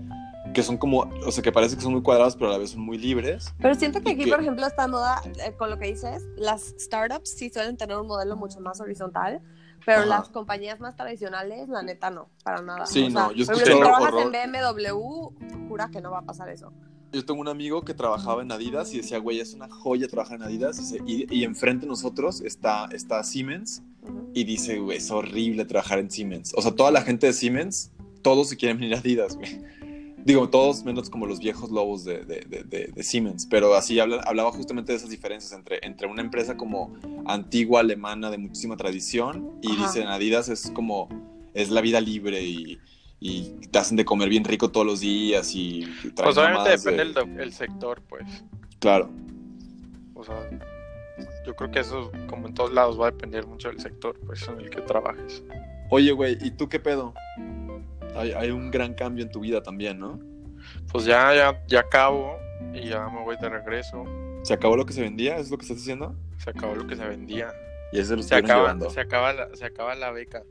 [SPEAKER 4] que son como, o sea, que parece que son muy cuadrados, pero a la vez son muy libres.
[SPEAKER 3] Pero siento que
[SPEAKER 4] ¿Y
[SPEAKER 3] aquí,
[SPEAKER 4] qué?
[SPEAKER 3] por ejemplo, esta moda, eh, con lo que dices, las startups sí suelen tener un modelo mucho más horizontal, pero
[SPEAKER 4] Ajá.
[SPEAKER 3] las compañías más tradicionales, la neta, no, para nada.
[SPEAKER 4] Sí, no, yo
[SPEAKER 3] por
[SPEAKER 4] escuché
[SPEAKER 3] ejemplo, si trabajas
[SPEAKER 4] horror.
[SPEAKER 3] en BMW, jura que no va a pasar eso.
[SPEAKER 4] Yo tengo un amigo que trabajaba en Adidas y decía, güey, es una joya trabajar en Adidas. Dice, Y, y enfrente de nosotros está, está Siemens y dice, güey, es horrible trabajar en Siemens. O sea, toda la gente de Siemens, todos se quieren venir a Adidas, güey. Digo, todos menos como los viejos lobos de, de- de- de- de Siemens, pero así habla- hablaba justamente de esas diferencias entre, entre una empresa como antigua, alemana, de muchísima tradición, y
[SPEAKER 3] Ajá.
[SPEAKER 4] dicen Adidas es como, es la vida libre y, y te hacen de comer bien rico todos los días y... y traen
[SPEAKER 5] Pues obviamente
[SPEAKER 4] mamadas de-
[SPEAKER 5] depende el, do- el sector, pues.
[SPEAKER 4] Claro,
[SPEAKER 5] O sea, yo creo que eso, como en todos lados, va a depender mucho del sector, pues, en el que trabajes.
[SPEAKER 4] Oye, güey, ¿y tú qué pedo? Hay, hay un gran cambio en tu vida también, ¿no?
[SPEAKER 5] Pues ya, ya, ya acabo y ya me voy de regreso.
[SPEAKER 4] ¿Se acabó lo que se vendía? ¿Es lo que estás diciendo?
[SPEAKER 5] Se acabó lo que se vendía.
[SPEAKER 4] Y ese lo
[SPEAKER 5] Se
[SPEAKER 4] estuvieron
[SPEAKER 5] acaba,
[SPEAKER 4] llevando.
[SPEAKER 5] se acaba, la, se acaba la beca.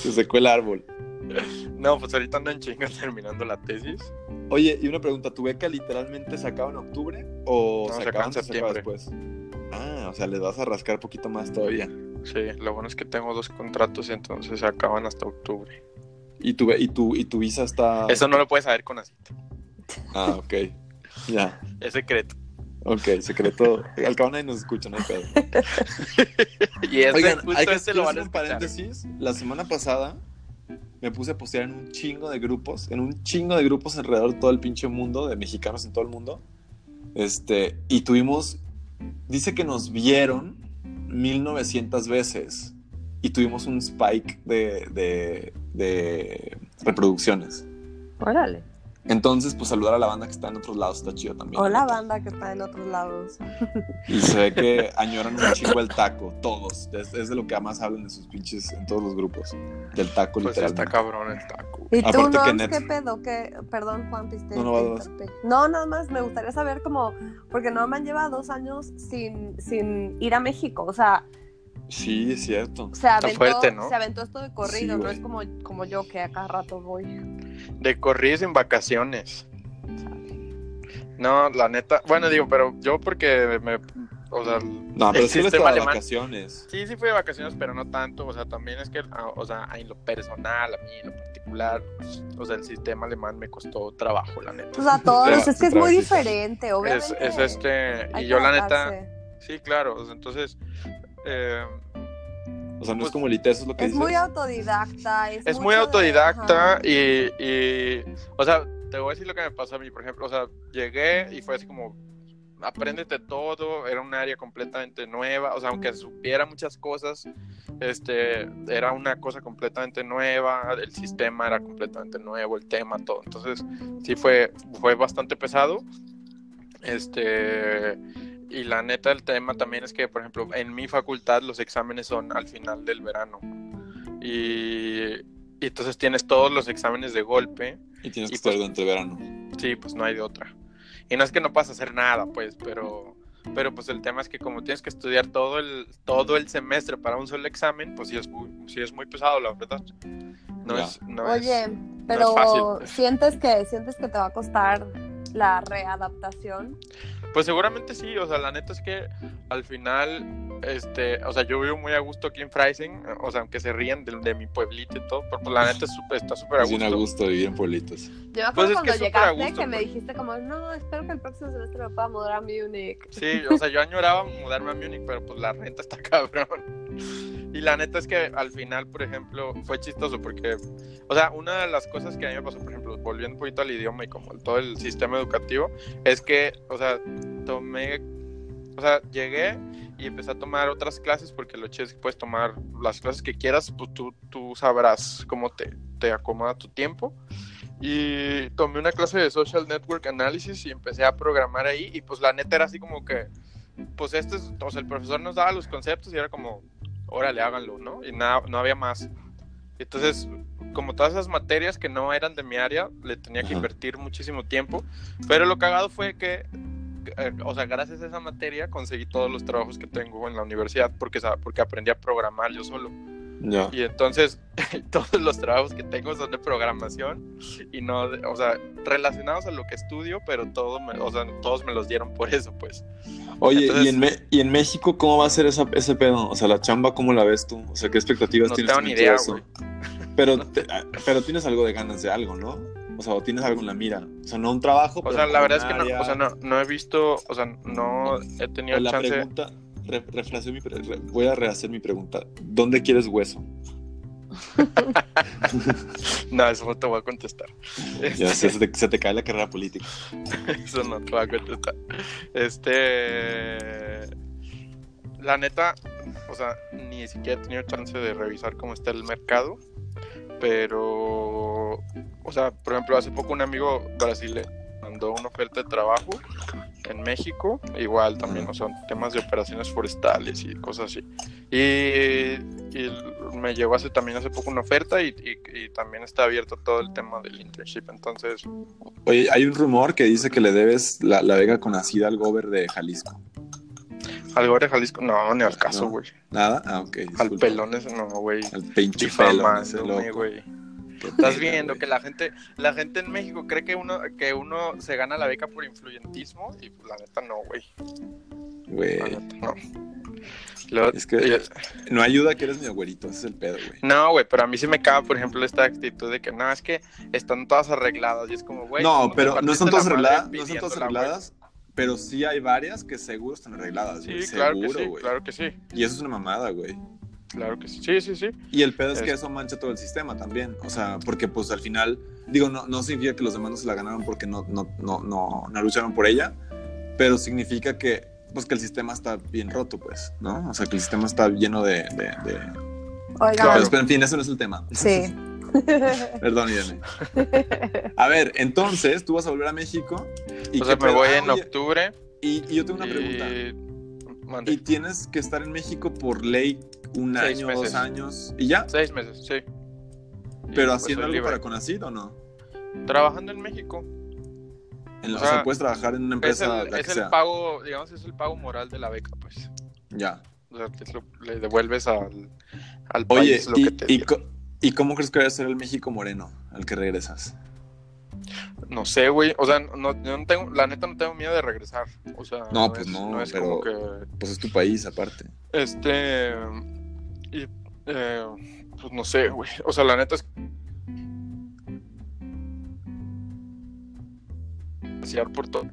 [SPEAKER 4] Se secó el árbol.
[SPEAKER 5] no, pues ahorita ando en chinga terminando la tesis.
[SPEAKER 4] Oye, y una pregunta, ¿tu beca literalmente se acaba en octubre? ¿O
[SPEAKER 5] No,
[SPEAKER 4] se,
[SPEAKER 5] se acaba
[SPEAKER 4] acaba
[SPEAKER 5] en
[SPEAKER 4] antes, se acaba
[SPEAKER 5] septiembre.
[SPEAKER 4] después? Ah, o sea, les vas a rascar poquito más todavía.
[SPEAKER 5] Sí, lo bueno es que tengo dos contratos y entonces se acaban hasta octubre.
[SPEAKER 4] ¿Y tu, y tu, y tu visa está...?
[SPEAKER 5] Eso no lo puedes saber con así.
[SPEAKER 4] Ah, ok. Ya,
[SPEAKER 5] Es secreto.
[SPEAKER 4] ok, secreto. Al cabo nadie nos escucha, no hay pedo.
[SPEAKER 5] Y ese
[SPEAKER 4] Oigan,
[SPEAKER 5] justo
[SPEAKER 4] hay que
[SPEAKER 5] ese
[SPEAKER 4] quiero
[SPEAKER 5] lo van
[SPEAKER 4] hacer
[SPEAKER 5] a
[SPEAKER 4] un
[SPEAKER 5] escuchar.
[SPEAKER 4] paréntesis. La semana pasada me puse a postear en un chingo de grupos, en un chingo de grupos alrededor de todo el pinche mundo, de mexicanos en todo el mundo. Este, y tuvimos, dice que nos vieron 1900 veces y tuvimos un spike de, de, de reproducciones.
[SPEAKER 3] Órale.
[SPEAKER 4] Entonces, pues saludar a la banda que está en otros lados está chido también.
[SPEAKER 7] Hola banda que está en otros lados.
[SPEAKER 4] Y se ve que añoran un chingo el taco, todos. Es, es de lo que más hablan de sus pinches en todos los grupos. Del taco,
[SPEAKER 5] Pues
[SPEAKER 4] literalmente.
[SPEAKER 5] está cabrón el taco.
[SPEAKER 7] ¿Y tú,
[SPEAKER 4] Aparte que
[SPEAKER 7] Noms,
[SPEAKER 4] Net-
[SPEAKER 7] qué pedo? ¿Qué... Perdón, Juan, te te
[SPEAKER 4] No, no, vas,
[SPEAKER 7] interrumpí.
[SPEAKER 3] No, nada más me gustaría saber cómo, porque no me han llevado dos años sin, sin ir a México. O sea,
[SPEAKER 4] Sí, es cierto.
[SPEAKER 3] se aventó,
[SPEAKER 5] fuerte, ¿no?
[SPEAKER 3] se aventó esto de corrido,
[SPEAKER 4] Sí,
[SPEAKER 3] no
[SPEAKER 4] güey.
[SPEAKER 3] es como, como yo que a cada rato voy.
[SPEAKER 5] De corrido sin vacaciones. No, la neta. Bueno, digo, pero yo porque me. O sea,
[SPEAKER 4] No, pero
[SPEAKER 5] El
[SPEAKER 4] sí lo
[SPEAKER 5] sistema
[SPEAKER 4] estaba de
[SPEAKER 5] alemán.
[SPEAKER 4] vacaciones.
[SPEAKER 5] sí, sí fui de vacaciones, pero no tanto. O sea, también es que, ah, o sea, en lo personal, a mí en lo particular, o sea, el sistema alemán me costó trabajo, la neta.
[SPEAKER 3] O sea, Pues, todos,
[SPEAKER 5] Pero-
[SPEAKER 3] es que es muy
[SPEAKER 4] Travesita.
[SPEAKER 3] diferente,
[SPEAKER 5] Es,
[SPEAKER 3] obviamente.
[SPEAKER 5] es este.
[SPEAKER 3] Hay
[SPEAKER 5] Y yo,
[SPEAKER 3] que
[SPEAKER 5] la neta.
[SPEAKER 3] adaptarse.
[SPEAKER 5] Sí, claro. o sea, entonces. eh,
[SPEAKER 4] O sea, no es
[SPEAKER 5] Pues-
[SPEAKER 4] como el ITES, es lo que
[SPEAKER 3] Es
[SPEAKER 4] dices.
[SPEAKER 3] muy autodidacta. Es,
[SPEAKER 5] es
[SPEAKER 3] mucho
[SPEAKER 5] muy
[SPEAKER 3] de-
[SPEAKER 5] autodidacta
[SPEAKER 3] ajá.
[SPEAKER 5] y, y, o sea, te voy a decir lo que me pasó a mí, por ejemplo, o sea, llegué y fue así como, apréndete todo, era un área completamente nueva, o sea, aunque supiera muchas cosas, este, era una cosa completamente nueva, el sistema era completamente nuevo, el tema, todo, entonces sí fue, fue bastante pesado, este... Y la neta del tema también es que, por ejemplo, en mi facultad los exámenes son al final del verano. Y, y entonces tienes todos los exámenes de golpe.
[SPEAKER 4] Y tienes que
[SPEAKER 5] Y
[SPEAKER 4] estar
[SPEAKER 5] pues-
[SPEAKER 4] durante el verano.
[SPEAKER 5] Sí, pues no hay de otra. Y no es que no puedas hacer nada, pues, pero, pero pues el tema es que como tienes que estudiar todo el, todo el semestre para un solo examen, pues sí es muy, sí es muy pesado, la verdad. No
[SPEAKER 4] Ya.
[SPEAKER 5] es, no
[SPEAKER 3] Oye,
[SPEAKER 5] es-
[SPEAKER 3] pero
[SPEAKER 5] fácil. pues.
[SPEAKER 3] sientes que sientes que te va a costar la readaptación.
[SPEAKER 5] Pues seguramente sí, o sea, la neta es que al final, este, o sea, yo vivo muy a gusto aquí en Freising, o sea, aunque se rían de, de mi pueblito y todo, pero pues la neta es súper- está súper a
[SPEAKER 4] Es bien a
[SPEAKER 5] gusto.
[SPEAKER 4] gusto vivir en pueblitos.
[SPEAKER 3] Yo me acuerdo
[SPEAKER 5] Pues es que
[SPEAKER 3] cuando
[SPEAKER 5] es súper a
[SPEAKER 3] llegaste
[SPEAKER 5] gusto,
[SPEAKER 3] que me
[SPEAKER 5] pues.
[SPEAKER 3] dijiste como, no, espero que el próximo semestre me pueda mudar a Munich.
[SPEAKER 5] Sí, o sea, yo añoraba mudarme a Múnich, pero pues la renta está cabrón. Y la neta es que al final, por ejemplo, fue chistoso porque, o sea, una de las cosas que a mí me pasó, por ejemplo, volviendo un poquito al idioma y como el- todo el sistema educativo, es que, o sea, tomé, o sea, llegué y empecé a tomar otras clases porque lo chido es que puedes tomar las clases que quieras, pues tú, tú sabrás cómo te, te acomoda tu tiempo y tomé una clase de Social Network Analysis y empecé a programar ahí y pues la neta era así como que, pues este es, o sea, el profesor nos daba los conceptos y era como, órale, háganlo, ¿no? Y nada, no había más. Entonces, como todas esas materias que no eran de mi área, le tenía que
[SPEAKER 4] Ajá.
[SPEAKER 5] invertir muchísimo tiempo, pero lo cagado fue que, eh, o sea, gracias a esa materia conseguí todos los trabajos que tengo en la universidad porque, sa- porque aprendí a programar yo solo.
[SPEAKER 4] Ya.
[SPEAKER 5] Y entonces todos los trabajos que tengo son de programación y no, de- o sea, relacionados a lo que estudio, pero todo me- o sea, todos me los dieron por eso, pues.
[SPEAKER 4] Oye,
[SPEAKER 5] Entonces-
[SPEAKER 4] ¿y, en Me- ¿y en México cómo va a ser esa, ese pedo? O sea, la chamba, ¿cómo la ves tú? O sea, ¿qué expectativas
[SPEAKER 5] No
[SPEAKER 4] tienes
[SPEAKER 5] tengo ni
[SPEAKER 4] frente a
[SPEAKER 5] idea,
[SPEAKER 4] eso?
[SPEAKER 5] güey.
[SPEAKER 4] Pero, te- pero tienes algo de ganas de algo, ¿no? O sea, o tienes algo en la mira. O sea, no un trabajo.
[SPEAKER 5] O
[SPEAKER 4] pero
[SPEAKER 5] sea, la verdad es que no,
[SPEAKER 4] millonaria.
[SPEAKER 5] o sea, no, no he visto, o sea, no he tenido
[SPEAKER 4] O la
[SPEAKER 5] chance.
[SPEAKER 4] pregunta, re- refraseo mi pre- re- voy a rehacer mi pregunta. ¿Dónde quieres hueso?
[SPEAKER 5] No, eso no te voy a contestar.
[SPEAKER 4] Ya sé, se te, se te cae la carrera política.
[SPEAKER 5] Eso no te voy a contestar. Este. La neta, o sea, ni siquiera he tenido chance de revisar cómo está el mercado. Pero, o sea, por ejemplo, hace poco un amigo brasileño mandó una oferta de trabajo en México. Igual también, o sea, temas de operaciones forestales y cosas así. Y, y me llegó hace también hace poco una oferta y, y- y también está abierto todo el tema del internship. Entonces,
[SPEAKER 4] Oye, hay un rumor que dice que le debes la, la vega con acida al gober de Jalisco.
[SPEAKER 5] Algo de Jalisco, no, ni al caso,
[SPEAKER 4] No,
[SPEAKER 5] güey.
[SPEAKER 4] ¿Nada? Ah, ok.
[SPEAKER 5] al
[SPEAKER 4] disculpa.
[SPEAKER 5] pelón ese, no, güey.
[SPEAKER 4] Al pinche pelón ese
[SPEAKER 5] Difamándome,
[SPEAKER 4] loco.
[SPEAKER 5] güey.
[SPEAKER 4] Qué
[SPEAKER 5] Estás
[SPEAKER 4] pena,
[SPEAKER 5] viendo
[SPEAKER 4] güey.
[SPEAKER 5] que la gente, la gente en México cree que uno, que uno se gana la beca por influyentismo y pues, la neta no, güey. La
[SPEAKER 4] Güey,
[SPEAKER 5] neta no. Lo-
[SPEAKER 4] Eh. Es que-
[SPEAKER 5] y-
[SPEAKER 4] no ayuda que eres mi abuelito, ese es el pedo, güey.
[SPEAKER 5] no, güey, pero a mí sí me cabe, por ejemplo, esta actitud de que no, es que están todas arregladas y es como, güey.
[SPEAKER 4] no,
[SPEAKER 5] ¿cómo te
[SPEAKER 4] pero no
[SPEAKER 5] partiste
[SPEAKER 4] son todas
[SPEAKER 5] la madre
[SPEAKER 4] arregladas, no son todas
[SPEAKER 5] pidiéndola,
[SPEAKER 4] arregladas, pero sí hay varias que seguro están arregladas,
[SPEAKER 5] güey?
[SPEAKER 4] güey.
[SPEAKER 5] Sí, claro que
[SPEAKER 4] seguro,
[SPEAKER 5] sí,
[SPEAKER 4] güey.
[SPEAKER 5] claro que sí,
[SPEAKER 4] Y eso es una mamada, güey.
[SPEAKER 5] claro que sí, sí, sí, sí.
[SPEAKER 4] Y el pedo es, que
[SPEAKER 5] Es-
[SPEAKER 4] eso mancha todo el sistema también. O sea, porque pues al final, digo, no, no significa que los demás no se la ganaron porque no, no, no, no, no lucharon por ella, pero significa que, pues, que el sistema está bien roto, pues, ¿no? O sea, que el sistema está lleno de... de- de-
[SPEAKER 3] Oigan,
[SPEAKER 5] Claro.
[SPEAKER 4] Pero, pero, en fin, ese no es el tema.
[SPEAKER 3] sí.
[SPEAKER 4] Perdón, Irene. A ver, entonces, tú vas a volver a México. ¿Y
[SPEAKER 5] O sea,
[SPEAKER 4] qué
[SPEAKER 5] me
[SPEAKER 4] pedo?
[SPEAKER 5] voy
[SPEAKER 4] Ah,
[SPEAKER 5] en Eh,
[SPEAKER 4] oye,
[SPEAKER 5] octubre.
[SPEAKER 4] Y, y yo tengo una pregunta.
[SPEAKER 5] Y... Mande.
[SPEAKER 4] ¿Y tienes que estar en México por ley un
[SPEAKER 5] Seis
[SPEAKER 4] año,
[SPEAKER 5] meses.
[SPEAKER 4] dos años? ¿Y ya?
[SPEAKER 5] Seis meses, sí.
[SPEAKER 4] ¿Pero
[SPEAKER 5] Y, pues,
[SPEAKER 4] haciendo
[SPEAKER 5] soy
[SPEAKER 4] algo
[SPEAKER 5] libre.
[SPEAKER 4] para Conacid o no?
[SPEAKER 5] Trabajando en México.
[SPEAKER 4] En la-
[SPEAKER 5] O
[SPEAKER 4] o, sea,
[SPEAKER 5] sea,
[SPEAKER 4] puedes trabajar en una
[SPEAKER 5] Es
[SPEAKER 4] empresa,
[SPEAKER 5] el,
[SPEAKER 4] la
[SPEAKER 5] es
[SPEAKER 4] que
[SPEAKER 5] el
[SPEAKER 4] sea.
[SPEAKER 5] pago, digamos, es el pago moral de la beca, pues.
[SPEAKER 4] Ya.
[SPEAKER 5] O sea, que es lo- le devuelves al, al
[SPEAKER 4] Oye,
[SPEAKER 5] país lo
[SPEAKER 4] y,
[SPEAKER 5] que te
[SPEAKER 4] y
[SPEAKER 5] dio.
[SPEAKER 4] co- ¿y cómo crees que va a ser el México moreno al que regresas?
[SPEAKER 5] No sé, güey. O sea, no, yo no tengo, la neta no tengo miedo de regresar. O sea,
[SPEAKER 4] No, pues
[SPEAKER 5] es,
[SPEAKER 4] no,
[SPEAKER 5] es
[SPEAKER 4] pero-
[SPEAKER 5] como que.
[SPEAKER 4] Pues es tu país, aparte.
[SPEAKER 5] Este. Y. eh, pues no sé, güey. O sea, la neta es. Pasear por todo.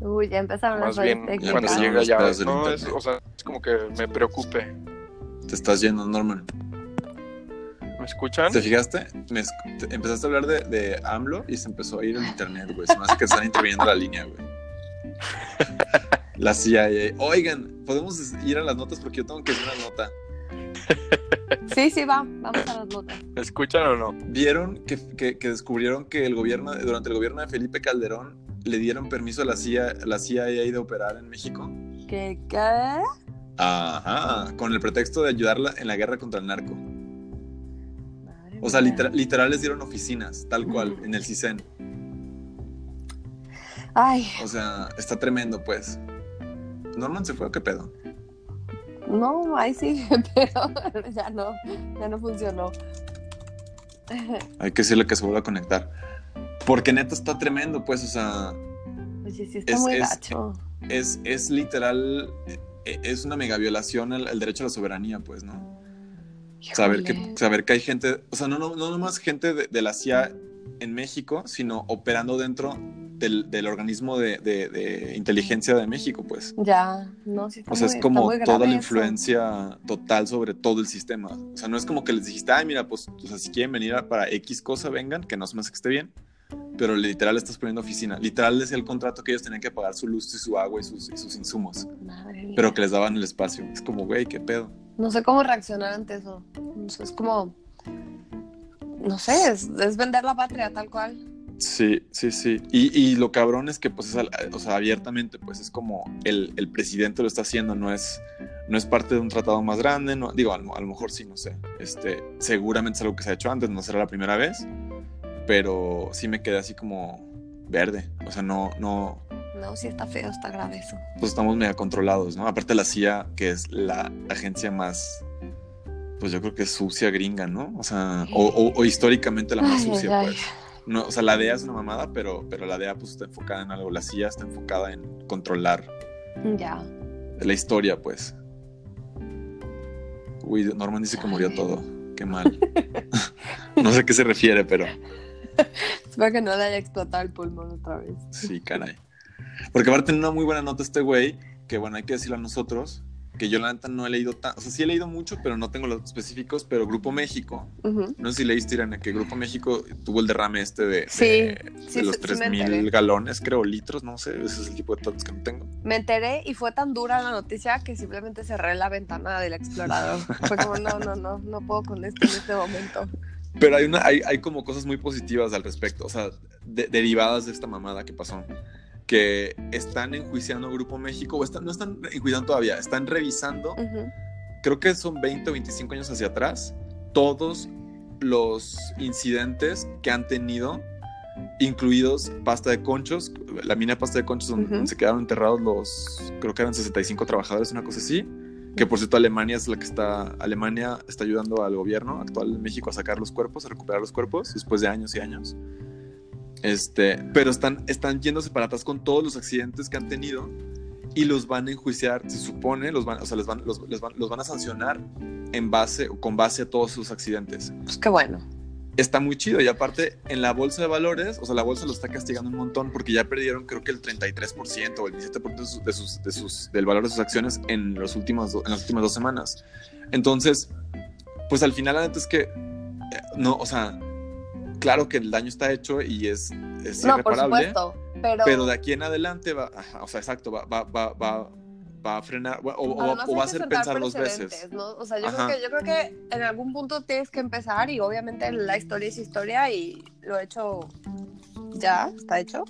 [SPEAKER 3] Uy, ya empezaron
[SPEAKER 5] Más
[SPEAKER 3] Ah, las
[SPEAKER 5] bien,
[SPEAKER 3] fallas
[SPEAKER 5] cuando
[SPEAKER 4] empezaron
[SPEAKER 5] llega
[SPEAKER 4] los
[SPEAKER 5] ya.
[SPEAKER 4] pedos del
[SPEAKER 5] No, es,
[SPEAKER 4] internet.
[SPEAKER 5] o sea, es como que me preocupe.
[SPEAKER 4] Te estás yendo, Norman.
[SPEAKER 5] ¿Me escuchan?
[SPEAKER 4] ¿Te fijaste? Me esc- te- empezaste a hablar de, de AMLO y se empezó a ir el internet, güey. Se me hace que están interviniendo la línea, güey. La CIA. Oigan, podemos ir a las notas porque yo tengo que hacer una nota.
[SPEAKER 3] Sí, sí, va. Vamos a las notas.
[SPEAKER 5] ¿Me escuchan o no?
[SPEAKER 4] vieron que, que- que descubrieron que el gobierno durante el gobierno de Felipe Calderón le dieron permiso a la CIA, a la CIA de operar en México.
[SPEAKER 3] ¿Qué? ¿Qué?
[SPEAKER 4] Ajá, con el pretexto de ayudarla en la guerra contra el narco.
[SPEAKER 3] Madre
[SPEAKER 4] O sea,
[SPEAKER 3] mía.
[SPEAKER 4] literal, literal les dieron oficinas, tal cual, en el CISEN.
[SPEAKER 3] Ay,
[SPEAKER 4] O sea, está tremendo, pues. Norman se fue o qué pedo.
[SPEAKER 3] no, ahí sí, pero ya no, ya no funcionó.
[SPEAKER 4] Hay que decirle que se vuelva a conectar. Porque neta está tremendo, pues, o sea,
[SPEAKER 3] Oye, sí está
[SPEAKER 4] Es-
[SPEAKER 3] muy
[SPEAKER 4] es-
[SPEAKER 3] gacho.
[SPEAKER 4] es, es literal, e- es una mega violación al, al derecho a la soberanía, pues, ¿no? saber que,
[SPEAKER 3] Híjole.
[SPEAKER 4] saber que hay gente, o sea, no, no, no nomás gente de, de la CIA en México, sino operando dentro del, del organismo de, de- de inteligencia de México, pues.
[SPEAKER 3] Ya, no, sí está
[SPEAKER 4] O sea,
[SPEAKER 3] muy,
[SPEAKER 4] es
[SPEAKER 3] está
[SPEAKER 4] como
[SPEAKER 3] muy grave
[SPEAKER 4] toda la
[SPEAKER 3] eso.
[SPEAKER 4] influencia total sobre todo el sistema. O sea, no es como que les dijiste, ay, mira, pues, o sea, si quieren venir a- para X cosa, vengan, que no se me hace que esté bien. Pero literal estás poniendo oficina. Literal es el contrato que ellos tenían que pagar su luz y su agua y sus, y sus insumos.
[SPEAKER 3] Madre mía.
[SPEAKER 4] Pero que les daban el espacio. Es como, güey, qué pedo.
[SPEAKER 3] No sé cómo reaccionar ante eso. O sea, es como. No sé, es, es vender la patria tal cual.
[SPEAKER 4] Sí, sí, sí. Y, y lo cabrón es que, pues, es al- o sea, abiertamente, pues, es como el, el presidente lo está haciendo, no es, no es parte de un tratado más grande, no, digo, a lo, a lo mejor sí, no sé. Este, seguramente es algo que se ha hecho antes, no será la primera vez, pero sí me quedé así como verde. O sea, no, no,
[SPEAKER 3] No, sí está feo, está grave eso.
[SPEAKER 4] pues estamos mega controlados, ¿no? Aparte la CIA, que es la agencia más, pues yo creo que es sucia gringa, ¿no? O sea, o, o- o históricamente la más
[SPEAKER 3] Ay,
[SPEAKER 4] sucia,
[SPEAKER 3] ay, ay.
[SPEAKER 4] pues. No, o sea, la DEA es una mamada, pero, pero la DEA pues está enfocada en algo, la CIA está enfocada en controlar pues.
[SPEAKER 3] Ya.
[SPEAKER 4] la historia, pues. Uy, Norman dice que murió todo, qué mal. no sé a qué se refiere, pero
[SPEAKER 3] Espero que no le haya explotado el pulmón otra vez.
[SPEAKER 4] Sí, caray. Porque aparte en una muy buena nota este güey, que bueno, hay que decirlo a nosotros, que yo la neta no he leído tan, o sea, sí he leído mucho, pero no tengo los específicos, pero Grupo México,
[SPEAKER 3] Ujú.
[SPEAKER 4] no sé si leíste, Irene, que Grupo México tuvo el derrame este de, de-
[SPEAKER 3] Sí,
[SPEAKER 4] de
[SPEAKER 3] sí,
[SPEAKER 4] los
[SPEAKER 3] sí, sí me
[SPEAKER 4] 3000
[SPEAKER 3] enteré.
[SPEAKER 4] galones, creo, litros, no sé, ese es el tipo de datos que no tengo.
[SPEAKER 3] Me enteré y fue tan dura la noticia que simplemente cerré la ventana del explorador. Fue como, no, no, no, no puedo con esto en este momento.
[SPEAKER 4] Pero hay, una, hay, hay como cosas muy positivas al respecto, o sea, de- derivadas de esta mamada que pasó. Que están enjuiciando a Grupo México, o están, no están enjuiciando todavía, están revisando
[SPEAKER 3] Ujú.
[SPEAKER 4] creo que son 20 o 25 años hacia atrás, todos los incidentes que han tenido, incluidos pasta de conchos, la mina de pasta de conchos donde
[SPEAKER 3] Ujú.
[SPEAKER 4] se quedaron enterrados los, creo que eran 65 trabajadores, una cosa así, que por cierto Alemania es la que está, Alemania está ayudando al gobierno actual de México a sacar los cuerpos, a recuperar los cuerpos después de años y años. Este, pero están, están yéndose para atrás con todos los accidentes que han tenido y los van a enjuiciar, se supone, los van, o sea, les van, los, les van- los van a sancionar en base o con base a todos sus accidentes.
[SPEAKER 3] Pues qué bueno.
[SPEAKER 4] Está muy chido y aparte en la bolsa de valores, o sea, la bolsa los está castigando un montón porque ya perdieron creo que el 33% o el 17% de sus, de sus, de sus- del valor de sus acciones en, los últimos, do- en las últimas dos semanas. Entonces, pues al final la neta es que, eh, no, o sea, claro que el daño está hecho y es, es
[SPEAKER 3] No, por
[SPEAKER 4] irreparable
[SPEAKER 3] supuesto. Pero,
[SPEAKER 4] ¿eh? pero de aquí en adelante va, ajá, o sea, exacto, va, va, va, va, va a frenar o, o- o va-
[SPEAKER 3] además
[SPEAKER 4] o
[SPEAKER 3] hay
[SPEAKER 4] va
[SPEAKER 3] que
[SPEAKER 4] a hacer
[SPEAKER 3] sentar
[SPEAKER 4] pensar dos veces.
[SPEAKER 3] precedentes, ¿no? O sea, yo
[SPEAKER 4] Ajá.
[SPEAKER 3] creo, que, yo creo que en algún punto tienes que empezar y obviamente la historia es historia y lo he hecho ya, está hecho.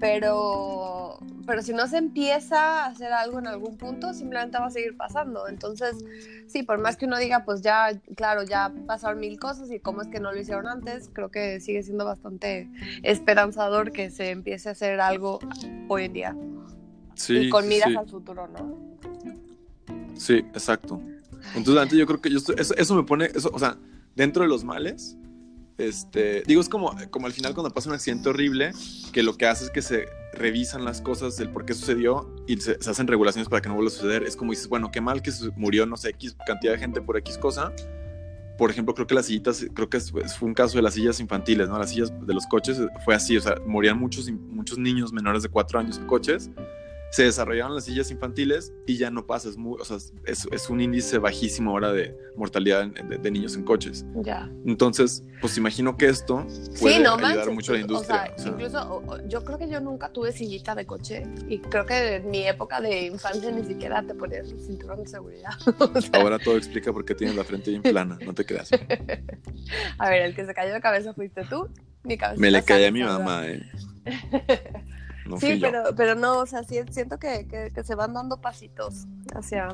[SPEAKER 3] Pero, pero si no se empieza a hacer algo en algún punto, simplemente va a seguir pasando. Entonces, sí, por más que uno diga, pues ya, claro, ya pasaron mil cosas y cómo es que no lo hicieron antes, creo que sigue siendo bastante esperanzador que se empiece a hacer algo hoy en día. y con miras al futuro, ¿no?
[SPEAKER 4] sí, exacto. Entonces, la neta, yo creo que yo estoy- eso, eso me pone, eso, o sea, dentro de los males, este, digo, es como, como al final cuando pasa un accidente horrible, que lo que hace es que se revisan las cosas del por qué sucedió y se, se hacen regulaciones para que no vuelva a suceder. Es como dices, bueno, qué mal que se murió, no sé, X cantidad de gente por X cosa. Por ejemplo, creo que las sillitas, creo que es- fue un caso de las sillas infantiles, ¿no? Las sillas de los coches eh, fue así, o sea, morían muchos, muchos niños menores de cuatro años en coches se desarrollaron las sillas infantiles y ya no pasa. Es, muy, o sea, es, es un índice bajísimo ahora de mortalidad en- de, de niños en coches.
[SPEAKER 3] Ya.
[SPEAKER 4] Entonces, pues imagino que esto puede ayudar
[SPEAKER 3] manches,
[SPEAKER 4] mucho a la
[SPEAKER 3] pues,
[SPEAKER 4] industria.
[SPEAKER 3] O
[SPEAKER 4] o
[SPEAKER 3] sea,
[SPEAKER 4] sea,
[SPEAKER 3] incluso o- o- yo creo que yo nunca tuve sillita de coche y creo que en mi época de infancia ni siquiera te ponías el cinturón de seguridad. O sea,
[SPEAKER 4] ahora todo explica por qué tienes la frente bien plana, no te creas.
[SPEAKER 3] a ver, el que se cayó de cabeza fuiste tú, mi cabeza.
[SPEAKER 4] Me le
[SPEAKER 3] está
[SPEAKER 4] caí a mi
[SPEAKER 3] saludable.
[SPEAKER 4] mamá, ¿eh? No fui
[SPEAKER 3] sí,
[SPEAKER 4] yo.
[SPEAKER 3] pero, pero no, o sea, sí, siento que, que, que se van dando pasitos hacia...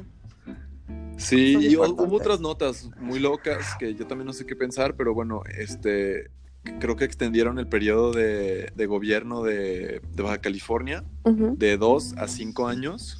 [SPEAKER 4] Sí,
[SPEAKER 3] Son
[SPEAKER 4] y hu-
[SPEAKER 3] importantes.
[SPEAKER 4] hubo otras notas muy locas que yo también no sé qué pensar, pero bueno, este creo que extendieron el periodo de, de gobierno de, de Baja California de 2 a 5 años.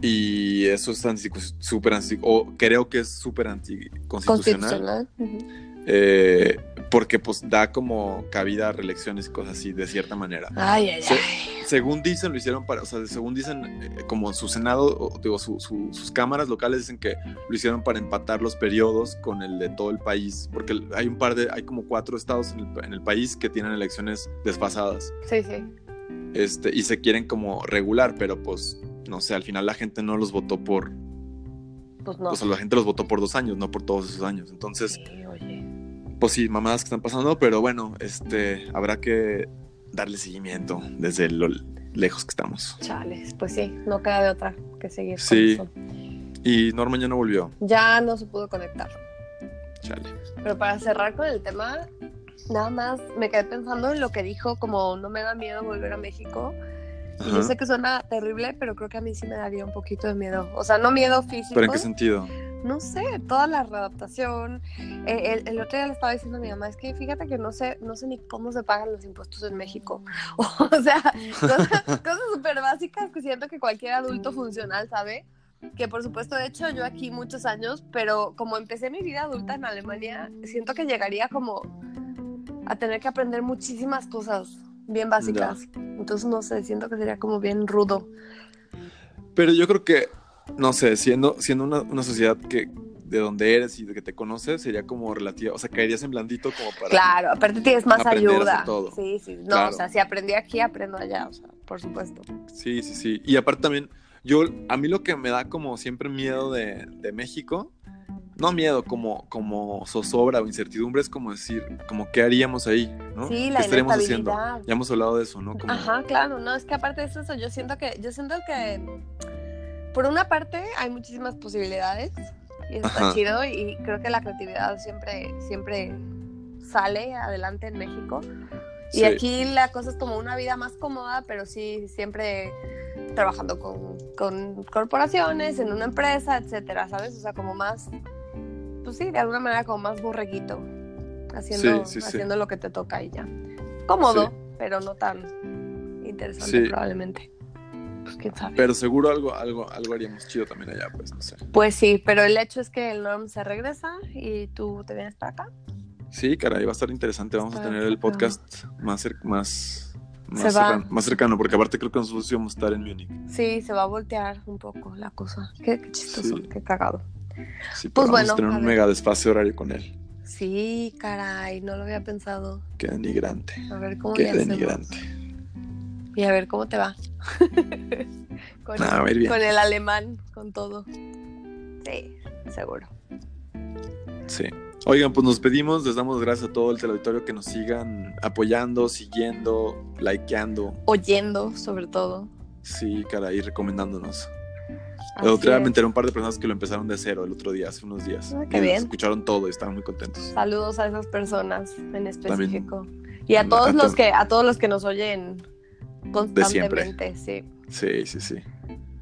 [SPEAKER 4] Y eso es anti- súper anti- o creo que es súper anticonstitucional.
[SPEAKER 3] Constitucional. Ujú.
[SPEAKER 4] eh, porque pues da como cabida a reelecciones y cosas así de cierta manera.
[SPEAKER 3] Ay, ay,
[SPEAKER 4] Se-
[SPEAKER 3] ay.
[SPEAKER 4] según dicen, lo hicieron para, o sea, según dicen, eh, como su Senado, o, digo, su- su- sus cámaras locales dicen que lo hicieron para empatar los periodos con el de todo el país, porque el- hay un par de, hay como cuatro estados en el, pa- en el país que tienen elecciones desfasadas,
[SPEAKER 3] Sí, sí.
[SPEAKER 4] este, y se quieren como regular, pero pues, no sé, al final la gente no los votó por,
[SPEAKER 3] Pues no.
[SPEAKER 4] o sea, la gente los votó por dos años, no por todos esos años, entonces,
[SPEAKER 3] Sí, oye.
[SPEAKER 4] pues sí, mamadas que están pasando, pero bueno, este, habrá que darle seguimiento desde lo lejos que estamos.
[SPEAKER 3] Chales, pues sí, no queda de otra que seguir. con
[SPEAKER 4] Sí.
[SPEAKER 3] eso.
[SPEAKER 4] Y Norma ya no volvió.
[SPEAKER 3] Ya no se pudo conectar.
[SPEAKER 4] Chale.
[SPEAKER 3] Pero para cerrar con el tema, nada más me quedé pensando en lo que dijo, como no me da miedo volver a México. Y yo
[SPEAKER 4] Ajá.
[SPEAKER 3] sé que suena terrible, pero creo que a mí sí me daría un poquito de miedo. O sea, no miedo físico.
[SPEAKER 4] ¿Pero en qué sentido?
[SPEAKER 3] No sé, toda la readaptación. Eh, el, el otro día le estaba diciendo a mi mamá, es que fíjate que no sé, no sé ni cómo se pagan los impuestos en México. O sea, cosas cosas súper básicas que siento que cualquier adulto funcional sabe. Que por supuesto he hecho yo aquí muchos años, pero como empecé mi vida adulta en Alemania, siento que llegaría como a tener que aprender muchísimas cosas bien básicas. Entonces no sé, siento que sería como bien rudo.
[SPEAKER 4] Pero yo creo que, no sé, siendo, siendo una, una sociedad que de dónde eres y de que te conoces, sería como relativa, o sea, caerías en blandito como para...
[SPEAKER 3] Claro, aparte tienes más
[SPEAKER 4] aprender a hacer
[SPEAKER 3] ayuda.
[SPEAKER 4] todo.
[SPEAKER 3] Sí, sí. No,
[SPEAKER 4] Claro.
[SPEAKER 3] o sea, si aprendí aquí, aprendo allá, o sea, por supuesto.
[SPEAKER 4] Sí, sí, sí. Y aparte también, yo, a mí lo que me da como siempre miedo de, de México, no miedo, como, como zozobra o incertidumbre, es como decir, como qué haríamos ahí, ¿no?
[SPEAKER 3] Sí,
[SPEAKER 4] ¿Qué
[SPEAKER 3] la
[SPEAKER 4] estaríamos haciendo?
[SPEAKER 3] inestabilidad.
[SPEAKER 4] Ya hemos hablado de eso, ¿no? Como,
[SPEAKER 3] Ajá, claro, no, es que aparte de eso, eso, yo siento que, yo siento que por una parte hay muchísimas posibilidades y está
[SPEAKER 4] Ajá.
[SPEAKER 3] chido y creo que la creatividad siempre, siempre sale adelante en México. Y
[SPEAKER 4] Sí.
[SPEAKER 3] aquí la cosa es como una vida más cómoda, pero sí siempre trabajando con, con corporaciones, en una empresa, etcétera, ¿sabes? O sea, como más, pues sí, de alguna manera como más borreguito, haciendo,
[SPEAKER 4] Sí, sí, sí.
[SPEAKER 3] haciendo lo que te toca y ya. Cómodo, pero no tan interesante
[SPEAKER 4] Sí.
[SPEAKER 3] probablemente. Pues quién sabe.
[SPEAKER 4] Pero seguro algo, algo, algo haríamos chido también allá, pues, no sé.
[SPEAKER 3] Pues sí, pero el hecho es que el Norm se regresa y tú te vienes para acá.
[SPEAKER 4] Sí, caray, va a estar interesante. Vamos a
[SPEAKER 3] Está
[SPEAKER 4] tener el
[SPEAKER 3] cabrón.
[SPEAKER 4] podcast más, cer- más, más,
[SPEAKER 3] Se va.
[SPEAKER 4] cercano, más cercano, porque aparte creo que nosotros íbamos a estar en Múnich.
[SPEAKER 3] Sí, se va a voltear un poco la cosa. Qué, qué chistoso,
[SPEAKER 4] Sí.
[SPEAKER 3] qué cagado. Pues
[SPEAKER 4] Sí, pero vamos
[SPEAKER 3] bueno,
[SPEAKER 4] a tener
[SPEAKER 3] a
[SPEAKER 4] un
[SPEAKER 3] ver.
[SPEAKER 4] mega desfase horario con él.
[SPEAKER 3] Sí, caray, no lo había pensado.
[SPEAKER 4] Qué denigrante.
[SPEAKER 3] A ver cómo le
[SPEAKER 4] Qué
[SPEAKER 3] hacemos.
[SPEAKER 4] denigrante.
[SPEAKER 3] Y a ver cómo te va. con,
[SPEAKER 4] Nada, Ah, va a ir bien.
[SPEAKER 3] con el alemán, con todo. Sí, seguro.
[SPEAKER 4] Sí. Oigan, pues nos pedimos, les damos gracias a todo el teleauditorio que nos sigan apoyando, siguiendo, likeando,
[SPEAKER 3] Oyendo, sobre todo.
[SPEAKER 4] sí, caray, recomendándonos.
[SPEAKER 3] Así
[SPEAKER 4] El otro día
[SPEAKER 3] es.
[SPEAKER 4] me enteré un par de personas que lo empezaron de cero el otro día, hace unos días.
[SPEAKER 3] Ah,
[SPEAKER 4] Y
[SPEAKER 3] qué
[SPEAKER 4] nos
[SPEAKER 3] bien.
[SPEAKER 4] Escucharon todo y estaban muy contentos.
[SPEAKER 3] Saludos a esas personas en específico. y a todos
[SPEAKER 4] a
[SPEAKER 3] los
[SPEAKER 4] to-
[SPEAKER 3] que, a todos los que nos oyen
[SPEAKER 4] siempre.
[SPEAKER 3] constantemente, sí.
[SPEAKER 4] Sí, sí, sí.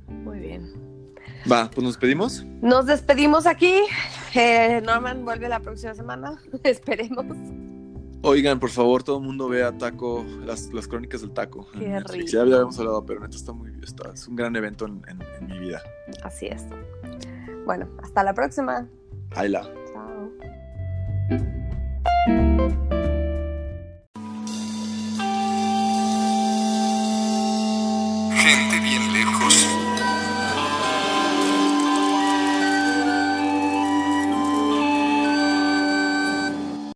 [SPEAKER 3] Muy bien.
[SPEAKER 4] Va, pues nos pedimos.
[SPEAKER 3] Nos despedimos aquí. Eh, Norman vuelve la próxima semana. Esperemos.
[SPEAKER 4] Oigan, por favor, todo el mundo vea Taco, las, las crónicas del Taco. en
[SPEAKER 3] Qué
[SPEAKER 4] Netflix.
[SPEAKER 3] rico.
[SPEAKER 4] Ya, ya habíamos hablado, pero neta está muy. Está, es un gran evento en, en- en mi vida.
[SPEAKER 3] Así es. Bueno, hasta la próxima.
[SPEAKER 4] Ayla.